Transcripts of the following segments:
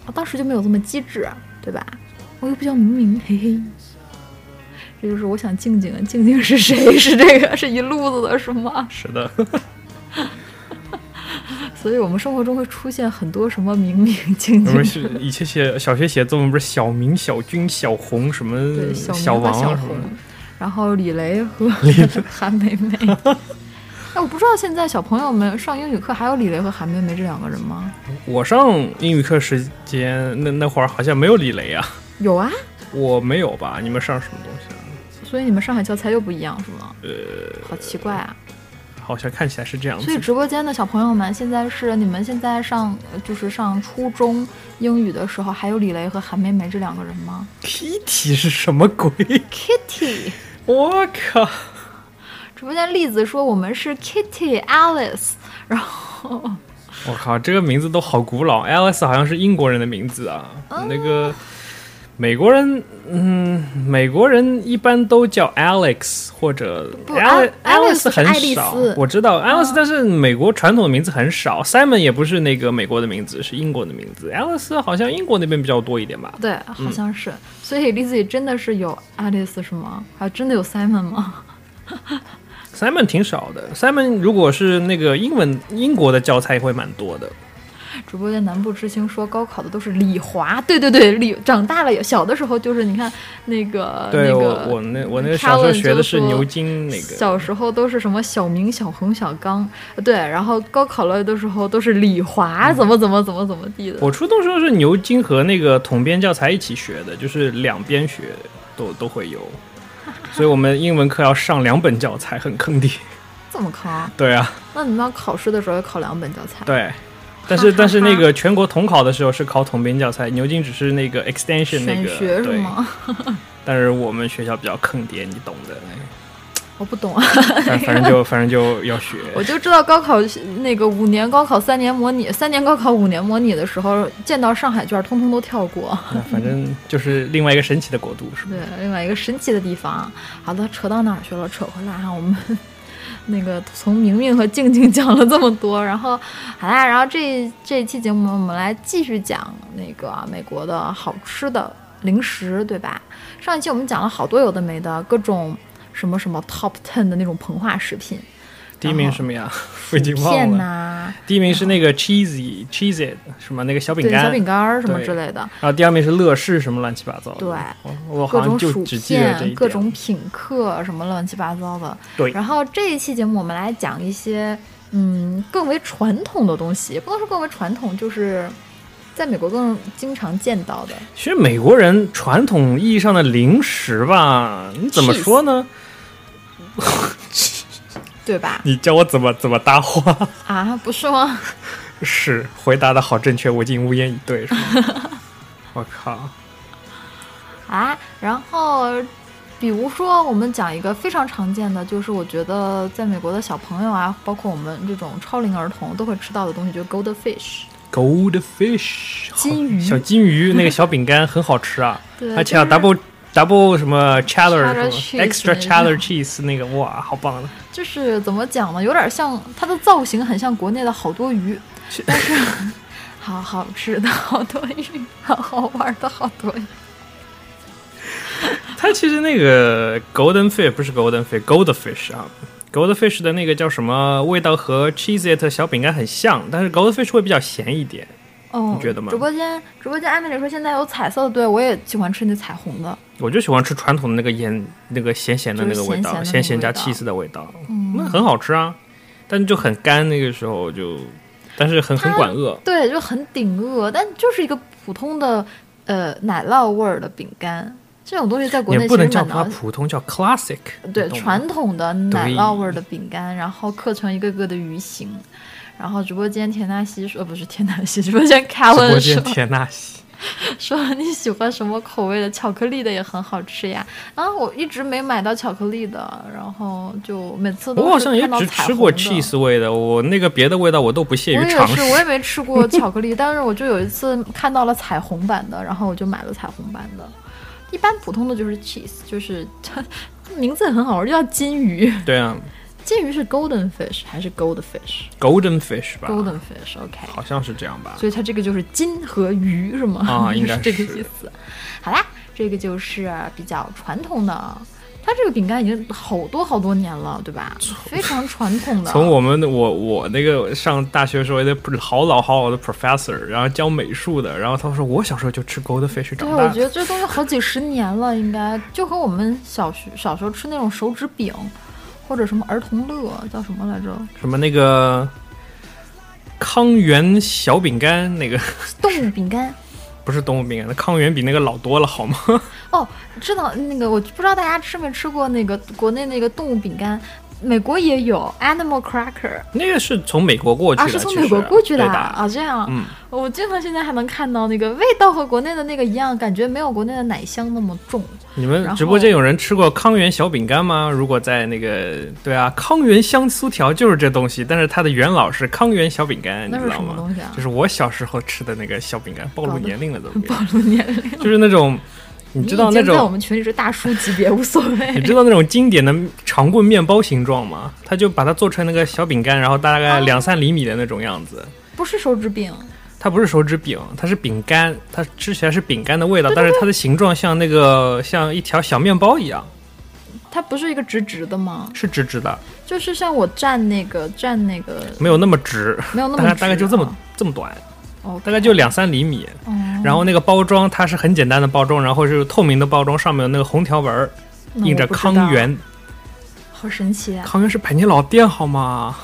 我当时就没有这么机智，对吧？我又不叫明明，嘿嘿。这就是我想静静，静静是谁？ 是这个是一路子的，是吗？是的，所以我们生活中会出现很多什么明明静我静们是以前写小学写作文不是小明、小军、小红什么对，嗯小明和王小啊什红么的，，然后李雷和 韩梅梅。哎，我不知道现在小朋友们上英语课还有李雷和韩梅梅这两个人吗？我上英语课时间那那会儿好像没有李雷啊，有啊，我没有吧？你们上什么东西啊？所以你们上海教材又不一样是吗？呃，好奇怪啊！好像看起来是这样子所以。直播间的小朋友们，现在是你们现在上呃就是上初中英语的时候，还有李雷和韩梅梅这两个人吗 Kitty 是什么鬼？ ？Kitty，我靠！直播间栗子说我们是 Kitty Alice，然后我靠，这个名字都好古老。Alice 好像是英国人的名字啊，哦那个美国人，嗯，美国人一般都叫 Alex 或者不 Ale- Alice 是爱很丽少丝，哦我知道 Alice，但是美国传统的名字很少。Simon 也不是那个美国的名字，是英国的名字。Alice 好像英国那边比较多一点吧。对，好像是。所以李子里真的是有爱丽丝是吗？还真的有 Simon 吗？ Simon 挺少的，Simon 如果是那个英文英国的教材会蛮多的。直播间南部之星说高考的都是李华，对对对，李长大了也小的时候就是你看那个对、呃那我个我那我那个小时候 Calvin 学的是就说牛津那个。小时候都是什么小明、小红、小刚，对，然后高考了的时候都是李华，怎么怎么怎么怎么地的。我初中时候是牛津和那个统编教材一起学的，就是两边学都都会有，所以我们英文课要上两本教材，很坑爹。这么坑？对啊，那你们要考试的时候要考两本教材？对。但是哈哈哈但是那个全国统考的时候是考统编教材，牛津只是那个 extension 那选个学是对，吗？但是我们学校比较坑爹，你懂 的。我不懂啊。反反正就反正就要学。我就知道高考那个五年高考三年模拟，三年高考五年模拟的时候，见到上海卷儿通通都跳过。 反正就是另外一个神奇的国度，是吧？对，另外一个神奇的地方。好的，扯到哪儿去了？扯回来哈，我们 那个从明明和静 静讲了这么多，然后好啦，然后这这一期节目我们来继续讲那个美国的好吃的零食，对吧？上一期我们讲了好多有的没的，各种什么什么 top ten 的那种膨化食品，第一名是什么呀？ 我已经忘哦片了。呐、哦第一名是那个 cheesy cheesy 什么那个小饼对，干，小饼干儿什么对之类的，然后第二名是乐事什么乱七八糟的。对我我好各像种就薯只记得这一片、点各种品客，啊什么乱七八糟的。对然后这一期节目我们来讲一些，嗯，更为传统的东西，不能说更为传统，就是在美国更经常见到的。其实美国人传统意义上的零食吧，你怎么 Cheese 说呢？对吧？ 你教我怎么怎么搭话？啊，不是吗？ 是回答的好正确，我竟无言以对，是吗？ 我靠！啊，然后比如说我们讲一个非常常见的，就是我觉得在美国的小朋友啊，包括我们这种超龄儿童都会吃到的东西，就是 gold fish。 Goldfish，好金鱼小金鱼，那个小饼干很好吃啊对，而且要就是 double double 什么 cheddar 什 Cheddar cheese 么 extra 那 cheddar 种 cheese 那个，哇，好棒的！就是怎么讲呢？有点像它的造型很像国内的好多鱼，但是 好好吃的好多鱼， 好好玩的好多鱼。它其实那个 golden fish 不是 golden fish，goldfish 啊，goldfish 的那个叫什么味道和 cheese it 小饼干很像，但是 goldfish 会比较咸一点。哦，你觉得吗直播间直播间艾米丽说现在有彩色的，对我也喜欢吃那彩虹的。我就喜欢吃传统的那个盐，那个咸咸的那个味道，就是咸咸咸咸的加那个味道 cheese 的嗯味道，那很好吃啊，但就很干，那个时候就，但是很很管饿。对，就很顶饿，但就是一个普通的呃奶酪味儿的饼干。这种东西在国也内不其实能叫蛮它难。普通，叫 classic 你懂吗。对，传统的奶对酪味儿的饼干，然后刻成一个个的鱼形。然后直播间田纳西说，呃，不是田纳西，直播间凯直播文间说，田纳西，说你喜欢什么口味的？巧克力的也很好吃呀。啊，我一直没买到巧克力的，然后就每次都我好像是 也看到只彩吃虹过的 cheese 味的，我那个别的味道我都不屑我于也尝是试。，我也没吃过巧克力，但是我就有一次看到了彩虹版的，然后我就买了彩虹版的。一般普通的就是 cheese，就是 它名字也很好玩，就叫金鱼。对啊金鱼是 golden fish 还是 gold，golden fish？golden fish 吧， fish，OK、好像是这样吧。所以它这个就是金和鱼 是吗？啊应该是这个是意思。好啦，这个就是比较传统的它这个饼干已经好多好多年了，对吧？非常传统的。从我们我我那个上大学时候，那好老好老的 professor，然后教美术的，然后他说我小时候就吃 goldfish 对，长我大觉的。得这东西好几十年了，应该就和我们小学小时候吃那种手指饼，或者什么儿童乐叫什么来着？什么那个康源小饼干，那个 动物饼干。不是动物饼干，那康源比那个老多了，好吗？ 哦，知道那个，我不知道大家吃没吃过那个国内那个动物饼干，美国也有 animal cracker 那个是从美国过去的，啊，是从其实美国过去的对的啊，啊这样，嗯，我经常现在还能看到那个味道和国内的那个一样，感觉没有国内的奶香那么重。你们然直播间后有人吃过康源小饼干吗？如果在那个对啊，康源香酥条就是这东西，但是它的元老是康源小饼哎干，你那是知道什么吗？东西啊就是我小时候吃的那个小饼干，暴露搞得年龄了，怎么 暴变？露年龄，就是那种，你知道那已经在我种，们群里是大叔级别，无所你 谓。知道那种经典的长棍面包形状吗？它就把它做成那个小饼干，然后大啊概两三厘米的那种样子。不是手指饼，它不是手指饼，它是饼干，它吃起来是饼干的味道，但是它的形状像那个像一条小面包一样，它不是一个直直的吗？是直直的，就是像我蘸那个蘸那个，没有那么直。没有那么大概直大概就这么啊这么短，哦，大概就两三厘米。嗯然后那个包装它是很简单的包装，然后是透明的包装，上面有那个红条纹儿，那印我着不知康道，源。好神奇啊！康源是百年老店好吗？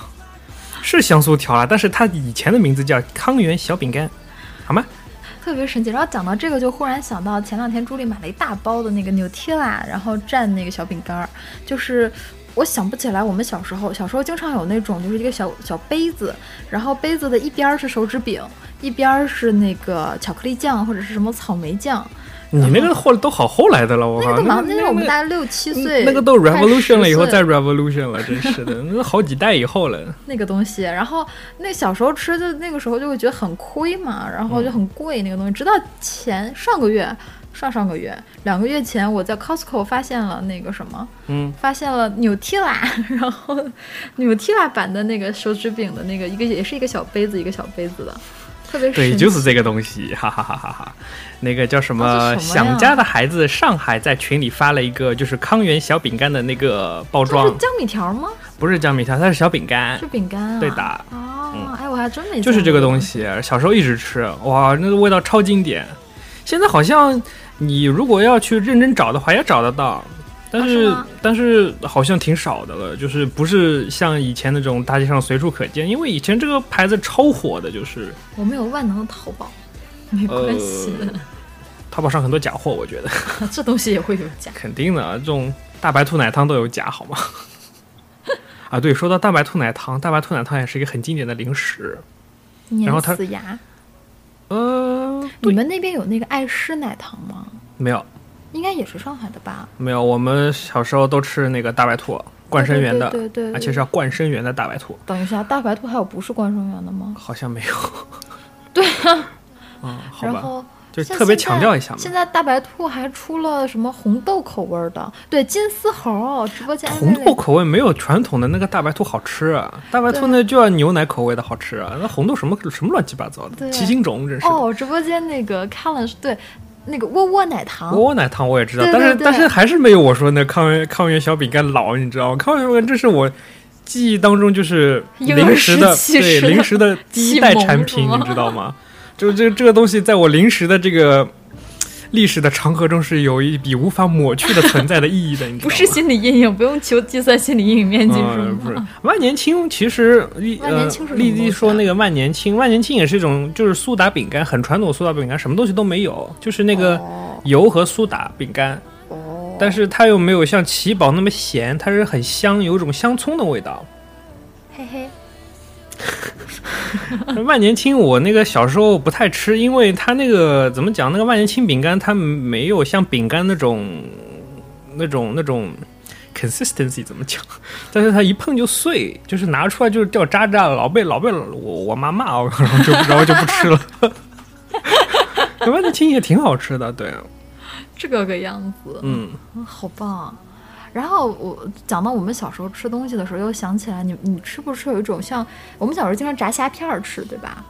是香酥条啦，但是它以前的名字叫康源小饼干，好吗？特别神奇。然后讲到这个，就忽然想到前两天朱莉买了一大包的那个 Nutella，然后蘸那个小饼干儿，就是。我想不起来，我们小时候小时候经常有那种，就是一个小小杯子，然后杯子的一边儿是手指饼，一边儿是那个巧克力酱或者是什么草莓酱。你那个后都好后来的了，我那靠，个都那忙，个那是我们大概六七岁，那个都快 revolution 了以后10岁再 revolution 了，真是的， 那好几代以后了。那个东西，然后那小时候吃的那个时候就会觉得很亏嘛，然后就很贵那个东西。直到前上个月、上上个月、两个月前，我在 Costco 发现了那个什么，嗯，发现了 Nutella，然后 Nutella 版的那个手指饼的那个一个也是一个小杯子一个小杯子的，特别神对，奇就是这个东西，哈哈哈哈哈。那个叫什么那？是什么呀想家的孩子，上海在群里发了一个，就是康源小饼干的那个包这是装，江米条吗？不是酱米条，它是小饼干是，饼干啊？对的哦，哎，我还真没就是这个东西。西。小时候一直吃，哇，那个味道超经典。现在好像你如果要去认真找的话，也找得到。但是是、吗但是好像挺少的了，就是不是像以前那种大街上随处可见，因为以前这个牌子超火的，就是我们有万能的淘宝，没关系的，淘宝上很多假货，我觉得。 这东西也会有假。肯定的，啊这种大白兔奶汤都有假，好吗？ 啊，对，说到大白兔奶汤，大白兔奶汤也是一个很经典的零食。然后碾它死牙。呃，你们那边有那个爱诗奶糖吗？没有，应该也是上海的吧？没有，我们小时候都吃那个大白兔，冠生园的，啊对对对对对而且是要冠生园的大白兔，等一下，大白兔还有不是冠生园的吗？好像 没有。对啊， 嗯，好然吧，后就像特别现在强调一下嘛现在大白兔还出了什么红豆口味的？对，金丝猴，直播间红安慰豆口味没有传统的那个大白兔好吃啊，大白兔那就要牛奶口味的好吃啊，那红豆什么什么乱七八糟对的，啊奇形种真是的。哦，直播间那个看了对，那个窝窝奶糖，窝窝奶糖我也知道，对但是对对但是还是没有我说那康源康源小饼干老，你知道吗？ 康源小饼干这是我记忆当中就是婴儿零食的时期对时的零食的第一代产启品，蒙你知道吗？就这这个东西在我零食的这个历史的长河中是有一笔无法抹去的存在的意义的，你知道吗？不是心理阴影，不用求计算心理阴影面积是嗯，吗？啊不是万年青，其实丽万年呃青是什么丽东西丽啊说那个万年青，万年青也是一种就是苏打饼干，很传统的苏打饼干，什么东西都没有，就是那个油和苏打饼干。哦，但是它又没有像奇宝那么咸，它是很香，有一种香葱的味道。嘿嘿， 万年青我那个小时候不太吃，因为它那个怎么讲，那个万年青饼干它没有像饼干那种那种那种 consistency 怎么讲， 但是它一碰就碎，就是拿出来就是掉渣渣，老被老被我我妈骂，我 然后就然后就不吃了。 万年青也挺好吃的，对，这个个样子，嗯，好棒啊！然后我讲到我们小时候吃东西的时候，又想起来你你吃不吃有一种像我们小时候经常炸虾片儿吃，对吧？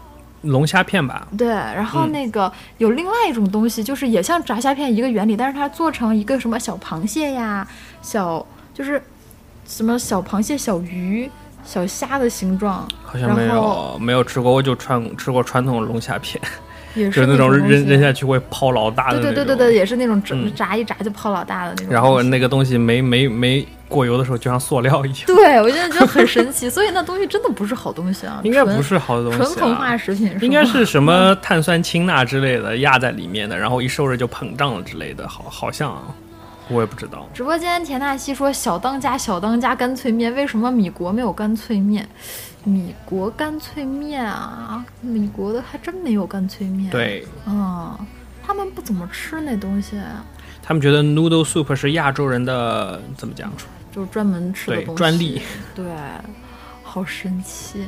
龙虾片吧？对，然后嗯那个、有另外一种东西，就是也像炸虾片一个原理，但是它做成一个什么小螃蟹呀，小就是什么小螃蟹、小鱼、小虾的形状，好像没然后有没有吃过，我就穿吃过传统的龙虾片，也就是是那种种扔扔下去，去会泡老大的对那种。对对对对，也是那种炸、嗯炸一炸就泡老大的那种。然后那个东西没没没过油的时候，就像塑料一样，对我现在觉得很神奇，所以那东西真的不是好东西啊， 应该纯不是好东西、啊。纯膨化食品，应该吗是什么碳酸氢钠之类的压在里面的，然后一受热就膨胀了之类的，好好像啊我也不知道。直播间田纳西说：“小当家，小当家干脆面，为什么米国没有干脆面？米国干脆面啊，米国的还真没有干脆面。，对嗯，他们不怎么吃那东西，啊他们觉得 noodle soup 是亚洲人的怎么讲？就是专门吃的对东西。专利，对，好神奇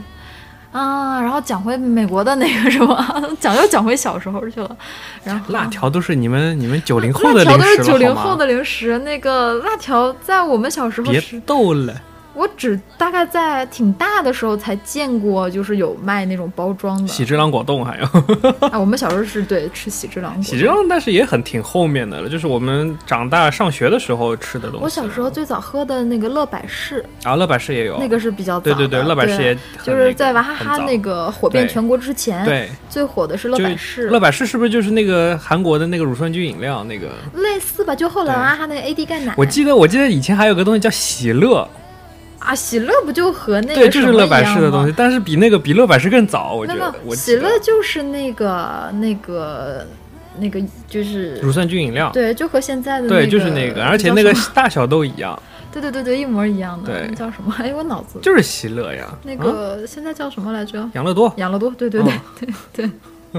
啊！然后讲回美国的那个什么， 讲又讲回小时候去了，然后辣条都是你们你们九零后啊的辣条零都食是了九零好吗后的零食，那个辣条在我们小时候别是逗了，我只大概在挺大的时候才见过，就是有卖那种包装喜的。之郎果冻 还有啊，我们小时候是对吃喜之郎果。喜之郎，但是也很挺后面的了，就是我们长大上学的时候吃的东西。我小时候最早喝的那个乐百氏，啊，乐百氏也有那个是比较早对的。对对，乐百氏也很就那是个在娃哈很哈早那个火遍对全国之前，对。最火的是乐就百是氏，乐百氏是不是就是那个韩国的那个乳酸菌饮料？那个类似吧？就后来娃哈哈那个 AD 钙奶，我记得，我记得以前还有个东西叫喜乐，啊，喜乐不就和那个对，就是什么乐百氏一的样吗东西，。但是比那个比乐百氏更早，我觉没有得没。有，我喜记得乐就是那个那个那个就是乳酸菌饮料，对，就和现在的对，那就是那个，而且那个叫什么大小都一样，对对对对，一模一样的。对那叫什么？ 哎，我脑子就是喜乐呀。 那嗯个现在叫什么来着？养乐多，养乐多。对对哦对、 对对。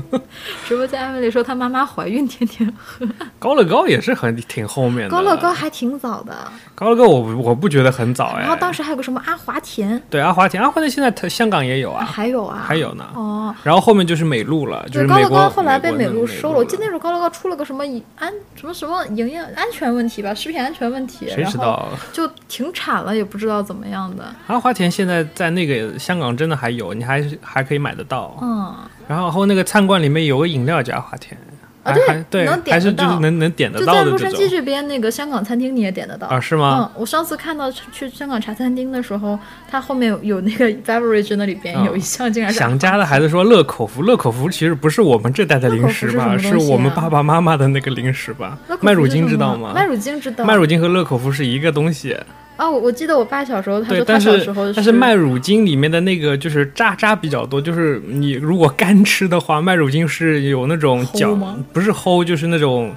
直播间艾米丽说她妈妈怀孕天天喝高乐高也是很挺后面的。高乐高，还挺早的，高乐高，我不我不觉得很早哎。然后当时还有个什么阿华田，对阿华田，阿华田现在它香港也有啊，还有啊，还有呢哦。然后后面就是美露了，就对，是高美乐国高后来被美美露露收了。我记得那时时候高乐高出了个什么营安什么什么营养安全问题吧，食品安全问题，谁知道？就停产了，也不知道怎么样的。阿华田现在在那个香港真的还有，你还还可以买得到。嗯，然后那个餐馆里面有个饮料叫阿华田，啊还对还对，能点得还是就到是能能点得就到在的洛这杉矶种这边那个香港餐厅你也点得到啊，是吗？嗯，我上次看到去去香港茶餐厅的时候，它后面有有那个 beverage 那里边嗯有一项竟然是啊想家的孩子说乐口福，乐口福其实不是我们这代的零食吧，乐口福是什是么东西啊我们爸爸妈妈的那个零食吧乐口。福麦乳精是知什么啊道吗？麦乳精知道。麦乳精和乐口福是一个东西，啊，我我记得我爸小时候，他对，说但他小时是候但是麦乳精里面的那个就是渣渣比较多，就是你如果干吃的话，麦乳精是有那种齁嚼吗，不是齁，就是那种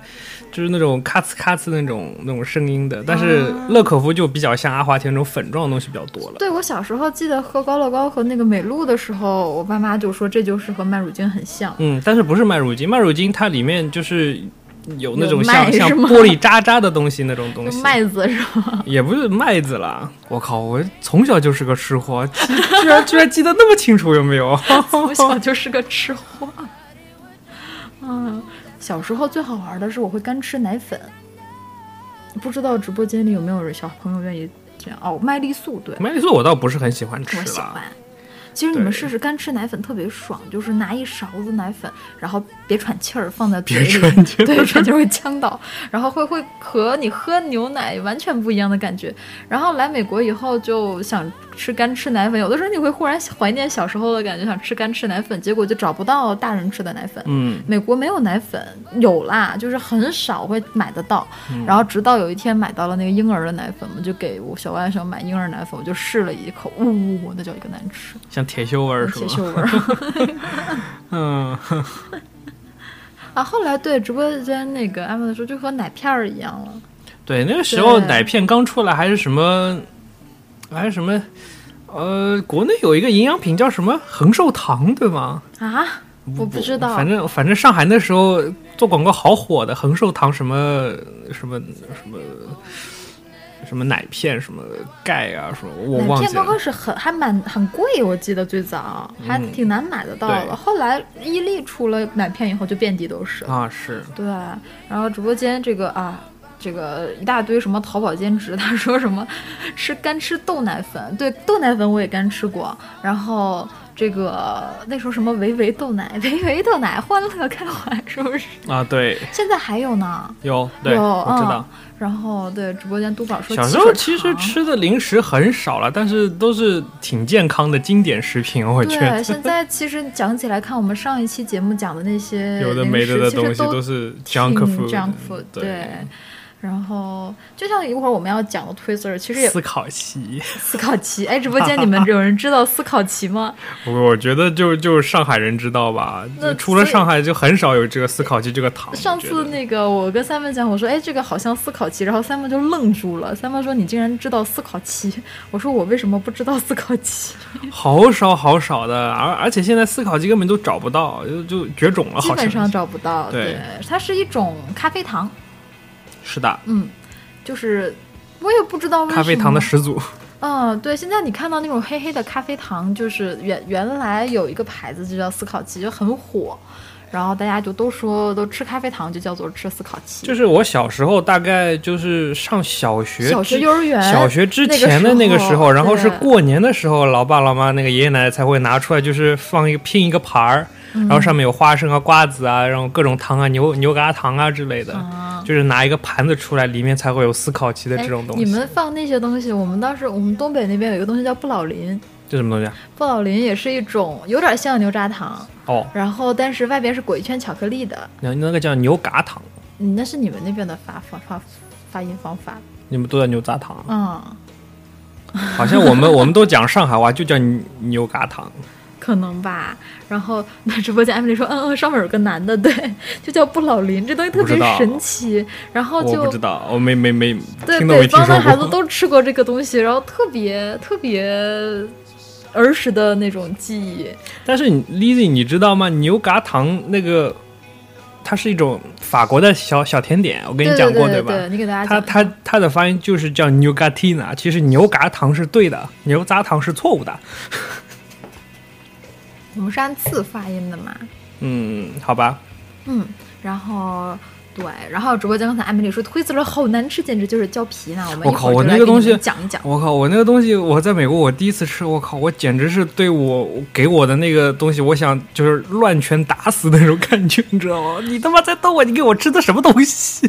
就是那种咔呲咔呲那种那种声音的。但是乐口福就比较像阿华田那种粉状的东西比较多了。啊对我小时候记得喝高乐高和那个美露的时候，我爸妈就说这就是和麦乳精很像。嗯，但是不是麦乳精，麦乳精它里面就是。有那种有像麦像 是吗玻璃渣渣的东西，那种东就西，麦子是吧？也不是麦子啦。我靠，我从小就是个吃货，居居然居然记得那么清楚，有没有？我小就是个吃货。嗯，小时候最好玩的是我会干吃奶粉，不知道直播间里有没有人小朋友愿意这样哦？麦丽素对，麦丽素我倒不是很喜欢吃我喜啦欢。。其实你们对试试干吃奶粉特别爽，就是拿一勺子奶粉，然后别喘气儿，放在嘴别里，喘气儿对，喘气儿会呛到，然后会会和你喝牛奶完全不一样的感觉。然后来美国以后就想吃干吃奶粉，有的时候你会忽然怀念小时候的感觉，想吃干吃奶粉，结果就找不到大人吃的奶粉。嗯，美国没有奶粉，有啦，就是很少会买得到。嗯然后直到有一天买到了那个婴儿的奶粉，我就给我小外甥买婴儿奶粉，我就试了一口，呜、那叫一个难吃，像铁锈味儿是吗？铁锈 味儿。嗯，啊，后来对直播间那个艾文说，就和奶片儿一样了。对，那个时候对奶片刚出来，还是什么，还是什么，呃，国内有一个营养品叫什么恒寿堂，对吗？啊，我不知道，反正反正上海那时候做广告好火的，恒寿堂什么什么什么什么奶片，什么钙啊，什么我奶忘片记刚了开。始很还蛮很贵，我记得最早还挺难买得到的。嗯对后来伊利出了奶片以后，就遍地都是。啊，是对，然后直播间这个啊，这个一大堆什么淘宝兼职，他说什么吃干吃豆奶粉，对豆奶粉我也干吃过，然后这个那时候什么维维豆奶，维维豆奶欢乐开怀，是不是？啊，对，现在还有呢，有，对，有我知道。嗯。然后对直播间督宝说，小时候其啊实吃的零食很少了，但是都是挺健康的经典食品，我觉对，得。现在其实讲起来看，我们上一期节目讲的那些有的零没食的的其实东西都都是 junk food。嗯 junk food，对对。。然后，就像一会儿我们要讲的 Twister，其实也思考席， 思考棋。哎，直播间 你们有人知道思考棋吗？我我觉得就就上海人知道吧那，除了所以上海就很少有这个思考席这个糖。上我觉次得那个我跟三妹讲，我说哎，这个好像思考棋，然后三妹就愣住了。三妹说你竟然知道思考棋？我说我为什么不知道思考棋？好少好少的，而而且现在思考机根本都找不到，就就绝种了，基哦好本上像找不到。对对，它是一种咖啡糖，是的，嗯，就是我也不知道为什么咖啡糖的始祖。嗯，对，现在你看到那种黑黑的咖啡糖，就是原原来有一个牌子就叫思考奇，就很火，然后大家就都说都吃咖啡糖就叫做吃思考奇，就是是我小时候大概就是上小学，小学、幼儿园、小学之前的那那个时时候，候，然后是对过年的时候，老爸老妈那个爷爷奶奶才会拿出来，就是放一个拼一个盘儿，嗯然后上面有花生啊、瓜子啊，然后各种糖啊、牛牛轧糖啊之类的，啊就是拿一个盘子出来，里面才会有思考棋的哎这种东你西。们放那些东西，我们当时我们东北那边有一个东西叫不老林，这什么东西啊？不老林也是一种有点像牛轧糖，哦，然后但是外边是裹一圈巧克力的，那那个叫牛轧糖，嗯，那是你们那边的发发发发音方法，你们都叫牛轧糖，啊 嗯，好像我们我们都讲上海话，就叫牛牛轧糖。可能吧。然后那直播间艾米丽说，嗯嗯，上面有个男的，对，就叫不老林，这东西特不别知道神奇。然后我不哦就知道，我没没没对听都没北听方的孩说过。子都吃过这个东西，然后特别特别儿时的那种记忆。但是你 Lizzy，你知道吗？牛轧糖那个，它是一种法国的小小甜点，我跟对你对讲过对吧？对你给大家它讲它它的发音就是叫牛轧 t i n a 其实牛轧糖是对的，牛轧糖是错误的。我们是按次发音的嘛，嗯，好吧，嗯，然后。对，然后直播间刚才艾米丽说推辞了好难吃，简直就是胶皮呢。我们我一靠会儿就我那来个给你东西们讲一讲。我靠，我那个东西我在美国我第一次吃，我靠，我简直是对我我给我的那个东西，我想就是乱拳打死的那种感觉，你知道吗？你他妈在逗我，你给我吃的什么东西？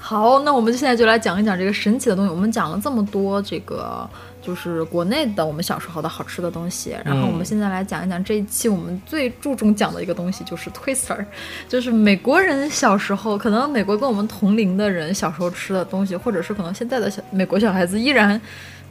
好，那我们现在就来讲一讲这个神奇的东西。我们讲了这么多，这个就是国内的我们小时候的好吃的东西。然后我们现在来讲一讲这一期我们最注重讲的一个东西，就是嗯 Twister，就是美国人小时候，可能美国跟我们同龄的人小时候吃的东西，或者是可能现在的小美国小孩子依然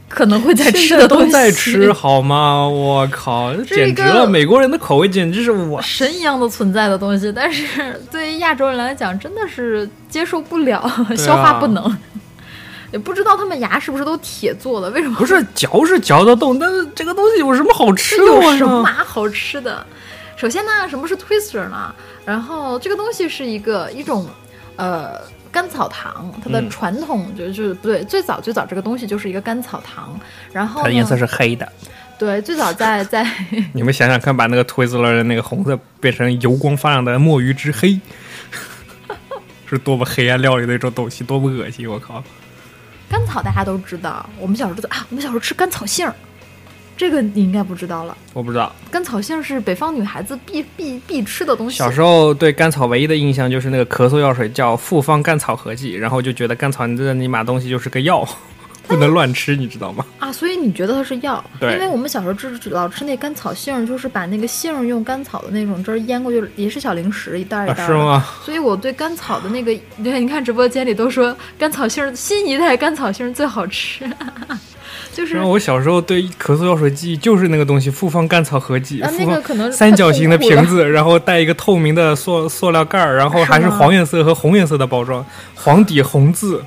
可能会在 吃的东都西，在吃好吗？我靠，是一简直个了！美国人的口味简直是我神一样的存在的东西，但 是对于亚洲人来讲，真的是接受不了，啊消化不能。 也不知道他们牙是不是都铁做的，为什么不是嚼是嚼得动，但是这个东西有什么好吃这的？有我什么靠！啊好吃的？首先呢，什么是 Twister 呢？然后这个东西是一个一种呃甘草糖，它的嗯传统就就是不对，最早最早这个东西就是一个甘草糖，然后它的颜呢色是黑的，对，最早 在在你们想想看，把那个 Twizzler 的那个红色变成油光发亮的墨鱼之黑， 是多么黑暗料理的一种东西，多么恶心！我靠！甘草大家都知道，我们小时候都啊，我们小时候吃甘草杏儿，这个你应该不知道了。我不知道，甘草杏是北方女孩子必必必吃的东西。小时候对甘草唯一的印象就是那个咳嗽药水叫复方甘草合剂，然后就觉得甘草这尼玛东西就是个药， 不能乱吃，你知道吗？啊，所以你觉得它是药？对因为我们小时候只只老吃那甘草杏，就是把那个杏用甘草的那种汁儿腌过去，也是小零食一袋儿一啊，袋、是？吗？所以我对甘草的那个， 对，你看直播间里都说甘草杏儿新一代甘草杏儿最好吃， 就是然后我小时候对咳嗽药水记忆就是那个东西，复方甘草合剂，啊那复个方可能太三角形的痛苦了瓶子，然后带一个透明的塑塑料盖儿，然后还是是吗黄颜色和红颜色的包装，黄底红字，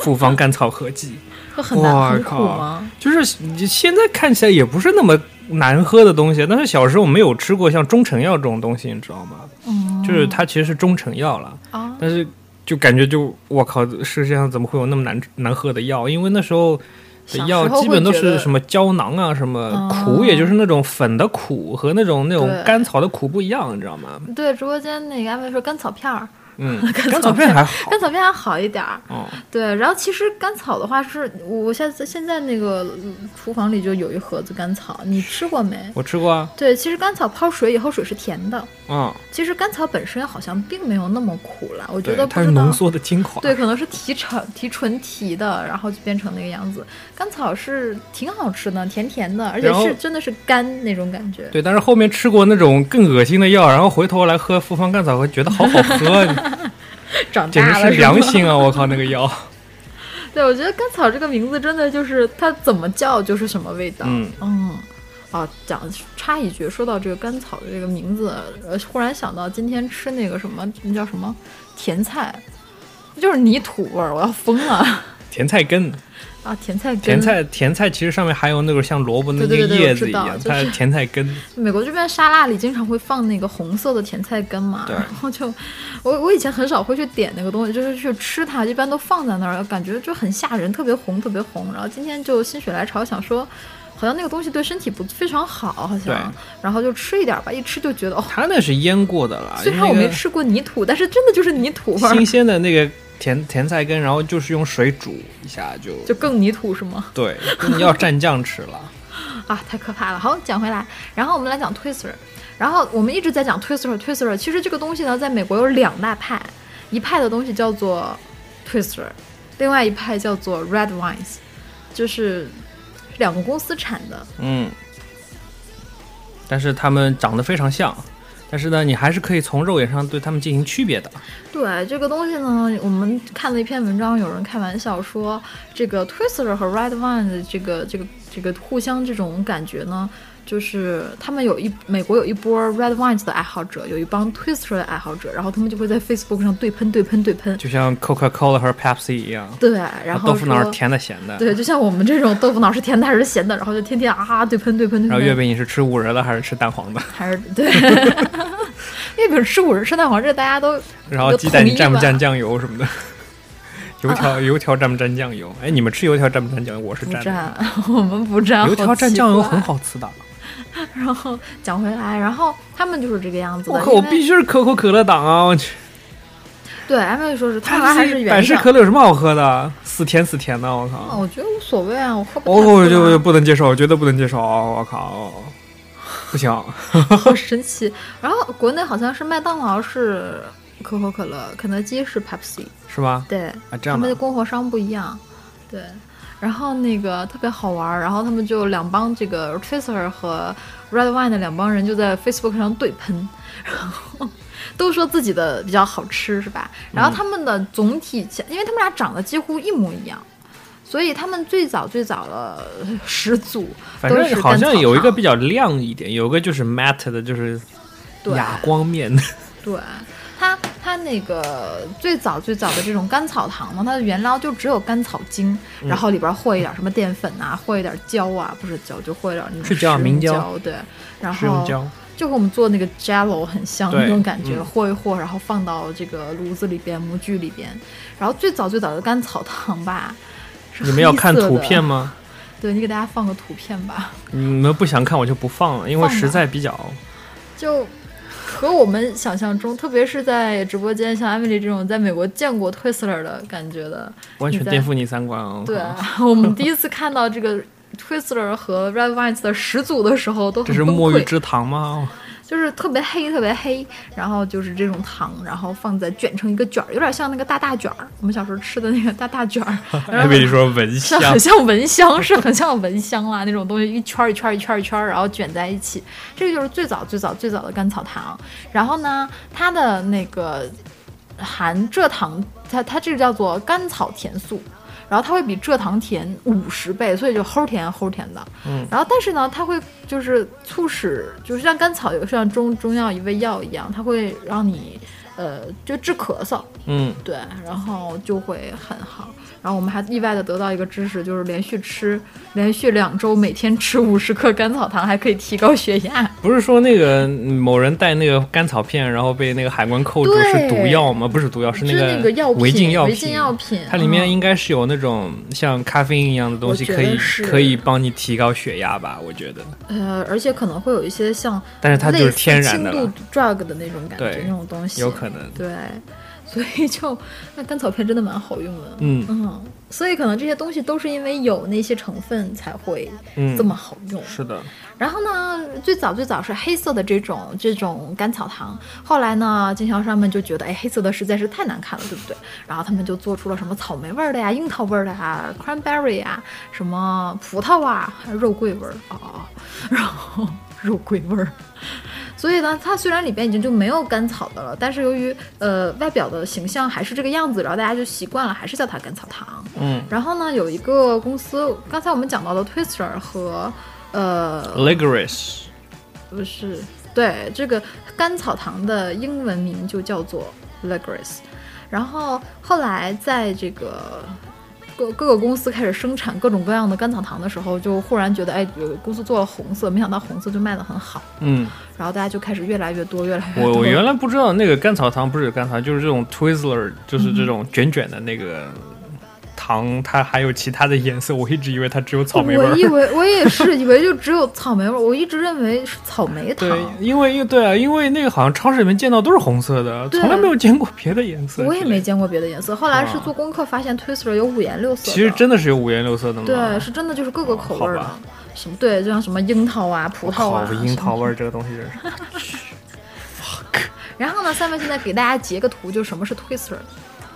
复方甘草合剂。会 很难我很苦靠吗？，就是你现在看起来也不是那么难喝的东西，但是小时候没有吃过像中成药这种东西，你知道吗？嗯就是它其实是中成药了，啊，但是就感觉就我靠，世界上怎么会有那么难难喝的药？因为那时候的小药时候基本会都觉是得什么胶囊啊，什么哦苦，也就是那种粉的苦和那种那种对甘草的苦不一样，你知道吗？ 对，直播间那个安慰说甘草片儿，嗯，甘草片还好 甘。草片还好一点儿。哦，对，然后其实甘草的话是，我现在现在那个嗯厨房里就有一盒子甘草，你吃过没？我吃过啊。对，其实甘草泡水以后水是甜的，嗯，其实甘草本身好像并没有那么苦了，我觉对得，不它是知道浓。缩的精华。对，可能是提纯提纯提的，然后就变成那个样子。甘草是挺好吃的，甜甜的，而且然后是真的是干那种感觉。对，但是后面吃过那种更恶心的药，然后回头来喝复方甘草，会觉得好好 喝，长简直大了是吧良心啊！我靠，那个药，对，我觉得甘草这个名字真的就是它怎么叫就是什么味道。嗯啊，讲插一句，说到这个甘草的这个名字，呃，忽然想到今天吃那个什么，那叫什么甜菜，就是泥土味儿，我要疯了 甜菜根，啊！甜菜根，甜菜甜菜其实上面还有那种像萝卜那对个对对对叶我子知一道样，就它是是甜菜根。美国这边沙拉里经常会放那个红色的甜菜根嘛，对然后就我我以前很少会去点那个东西，就是去吃它，一般都放在那儿，感觉就很吓人，特别红，特别红。然后今天就心血来潮想说，好像那个东西对身体不非常好，好对像，然后就吃一点吧，一吃就觉得哦，它那是腌过的啦，虽然我没吃过泥土，但是真的就是泥土啊那味个新儿，鲜的那个甜甜菜根，然后就是用水煮一下就就更泥土是吗？对，跟要蘸酱吃 了。啊，太可怕了。好，讲回来，然后我们来讲 Twister，然后我们一直在讲 Twister，Twister，其实这个东西呢，在美国有两大派，一派的东西叫做 Twister，另外一派叫做 Red Wines，就是两个公司产的，嗯，但是它们长得非常像，但是呢，你还是可以从肉眼上对它们进行区别的。对这个东西呢，我们看了一篇文章，有人开玩笑说，这个 Twister 和 Red Wine 的这个这个这个互相这种感觉呢，就是他们有一美国有一波 Red Wine 的爱好者，有一帮 Twister 的爱好者，然后他们就会在 Facebook 上对喷对喷对喷，就像 Coca-Cola 和 Pepsi 一样，对，然后啊豆腐脑是说甜的咸的，对，就像我们这种豆腐脑是甜的还是咸的，然后就天天啊对喷对喷对然后喷，月饼你是吃五仁的还是吃蛋黄的？还是对， 月饼吃五仁吃蛋黄，这大家都然后都鸡蛋统一蘸不吧啊蘸酱油什 么的？油条、油条蘸不蘸酱油？哎，你们吃油条蘸不蘸酱油？我是不蘸的。蘸， 我们不蘸，油条好蘸奇酱油怪很好吃的，然后讲回来，然后他们就是这个样子我的。靠，我因为必须是可口可乐党啊！我 去，对安慰说是他它们还是是百原事上可。乐有什么好喝的？死甜死甜的，我啊靠！哦我觉得无所谓啊，我喝不我我太多就啊就不能接受，我绝对不能接受！啊我靠，不行， 好神奇。然后国内好像是麦当劳是可口可乐，肯德基是 Pepsi，是吗？对，啊，这他样们的的，供货商不一样，对。然后那个特别好玩儿，然后他们就两帮这个 Twister 和 Red Wine 的两帮人就在 Facebook 上对喷，然后 都说自己的比较好吃是吧？嗯然后他们的总体，因为他们俩长得几乎一模一样，所以他们最早最早的始祖反都是正好像甘草有一个糖比较亮一点，有一个就是 matte 的，就是对哑光面的。 对，它它那个最早最早的这种甘草糖呢，它的原料就只有甘草精，嗯然后里边和一点什么淀粉啊，和一点胶啊，不是胶，就和一点那种是胶食明用胶胶，对，然食用后胶，就和我们做那个 Jello 很像对那种感觉，嗯和一和，然后放到这个炉子里边、模具里边，然后最早最早的甘草糖吧。是你们要黑看色图的片？吗？对你给大家放个图片吧，你们不想看我就不放了，因为放吧实在比较就和我们想象中，特别是在直播间，像艾米丽这种在美国见过 Twister 的感觉的，完全你在颠覆你三观哦。对啊 我们第一次看到这个 Twister 和 Red Vines 的始祖的时候，都这很是崩墨玉溃，之堂吗？就是特别黑，特别黑，然后就是这种糖，然后放在卷成一个卷儿，有点像那个大大卷儿，我们小时候吃的那个大大 卷儿，然艾后米丽说啊蚊是香很，像蚊香，是很像蚊香啦，那种东西一圈儿一圈儿一圈儿一圈儿，然后卷在一起，这个就是最早最早最早的甘草糖。然后呢，它的那个含蔗糖，它它这个叫做甘草甜素。然后它会比蔗糖甜五十倍，所以就齁甜齁甜的。嗯然后但是呢，它会就是促使，就是像甘草有像中中药一味药一样，它会让你呃就治咳嗽，嗯，对，然后就会很好。然后我们还意外的得到一个知识，就是连续吃，连续两周每天吃五十克甘草糖，还可以提高血压。不是说那个嗯某人带那个甘草片，然后被那个海关扣住对是毒药吗？不是毒药，是那是那个药品违禁药违禁药品它里面嗯应该是有那种像咖啡因一样的东西，我觉可得以是可以帮你提高血压吧？我觉得，呃，而且可能会有一些像，但是它就是天然轻的度了， drug 的那种感觉对，那种东西，有可能。对，所以就那甘草片真的蛮好用的。嗯嗯，所以可能这些东西都是因为有那些成分才会嗯这么好用。是的，然后呢，最早最早是黑色的这种这种甘草糖，后来呢，经销商们就觉得，哎，黑色的实在是太难看了，对不对？然后他们就做出了什么草莓味儿的呀、樱桃味儿的呀、cranberry 呀、什么葡萄啊、还有肉桂味儿哦哦， 哦然后肉桂味儿。所以呢，它虽然里边已经就没有甘草的了，但是由于呃外表的形象还是这个样子，然后大家就习惯了，还是叫它甘草糖。嗯然后呢，有一个公司，刚才我们讲到的 Twister 和呃，Ligris，不是，对，这个甘草糖的英文名就叫做 Legris，然后后来在这个。各各个公司开始生产各种各样的甘草糖的时候，就忽然觉得，哎，有公司做了红色，没想到红色就卖得很好，嗯，然后大家就开始越来越多，越来越 我多。我原来不知道那个甘草糖不是有甘草糖，就是这种 Twizzler，就是这种卷卷的那个糖，它还有其他的颜色，我一直以为它只有草莓味我以儿。为我也是以为就只有草莓味儿，我一直认为是草莓 糖对，，因为因为对啊，因为那个好像超市里面见到都是红色的，对从来没有见过别的颜色。我也没。见过别的颜色。后来是啊做功课发现 Twister 有五颜六色的，其实真的是有五颜六色的嘛。对，是真的就是各个口味儿嗯好的吧，什么对，就像什么樱桃啊、葡萄好啊、樱桃什么。味儿这个东西真是。然后呢，三位现在给大家截个图，就什么是 Twister，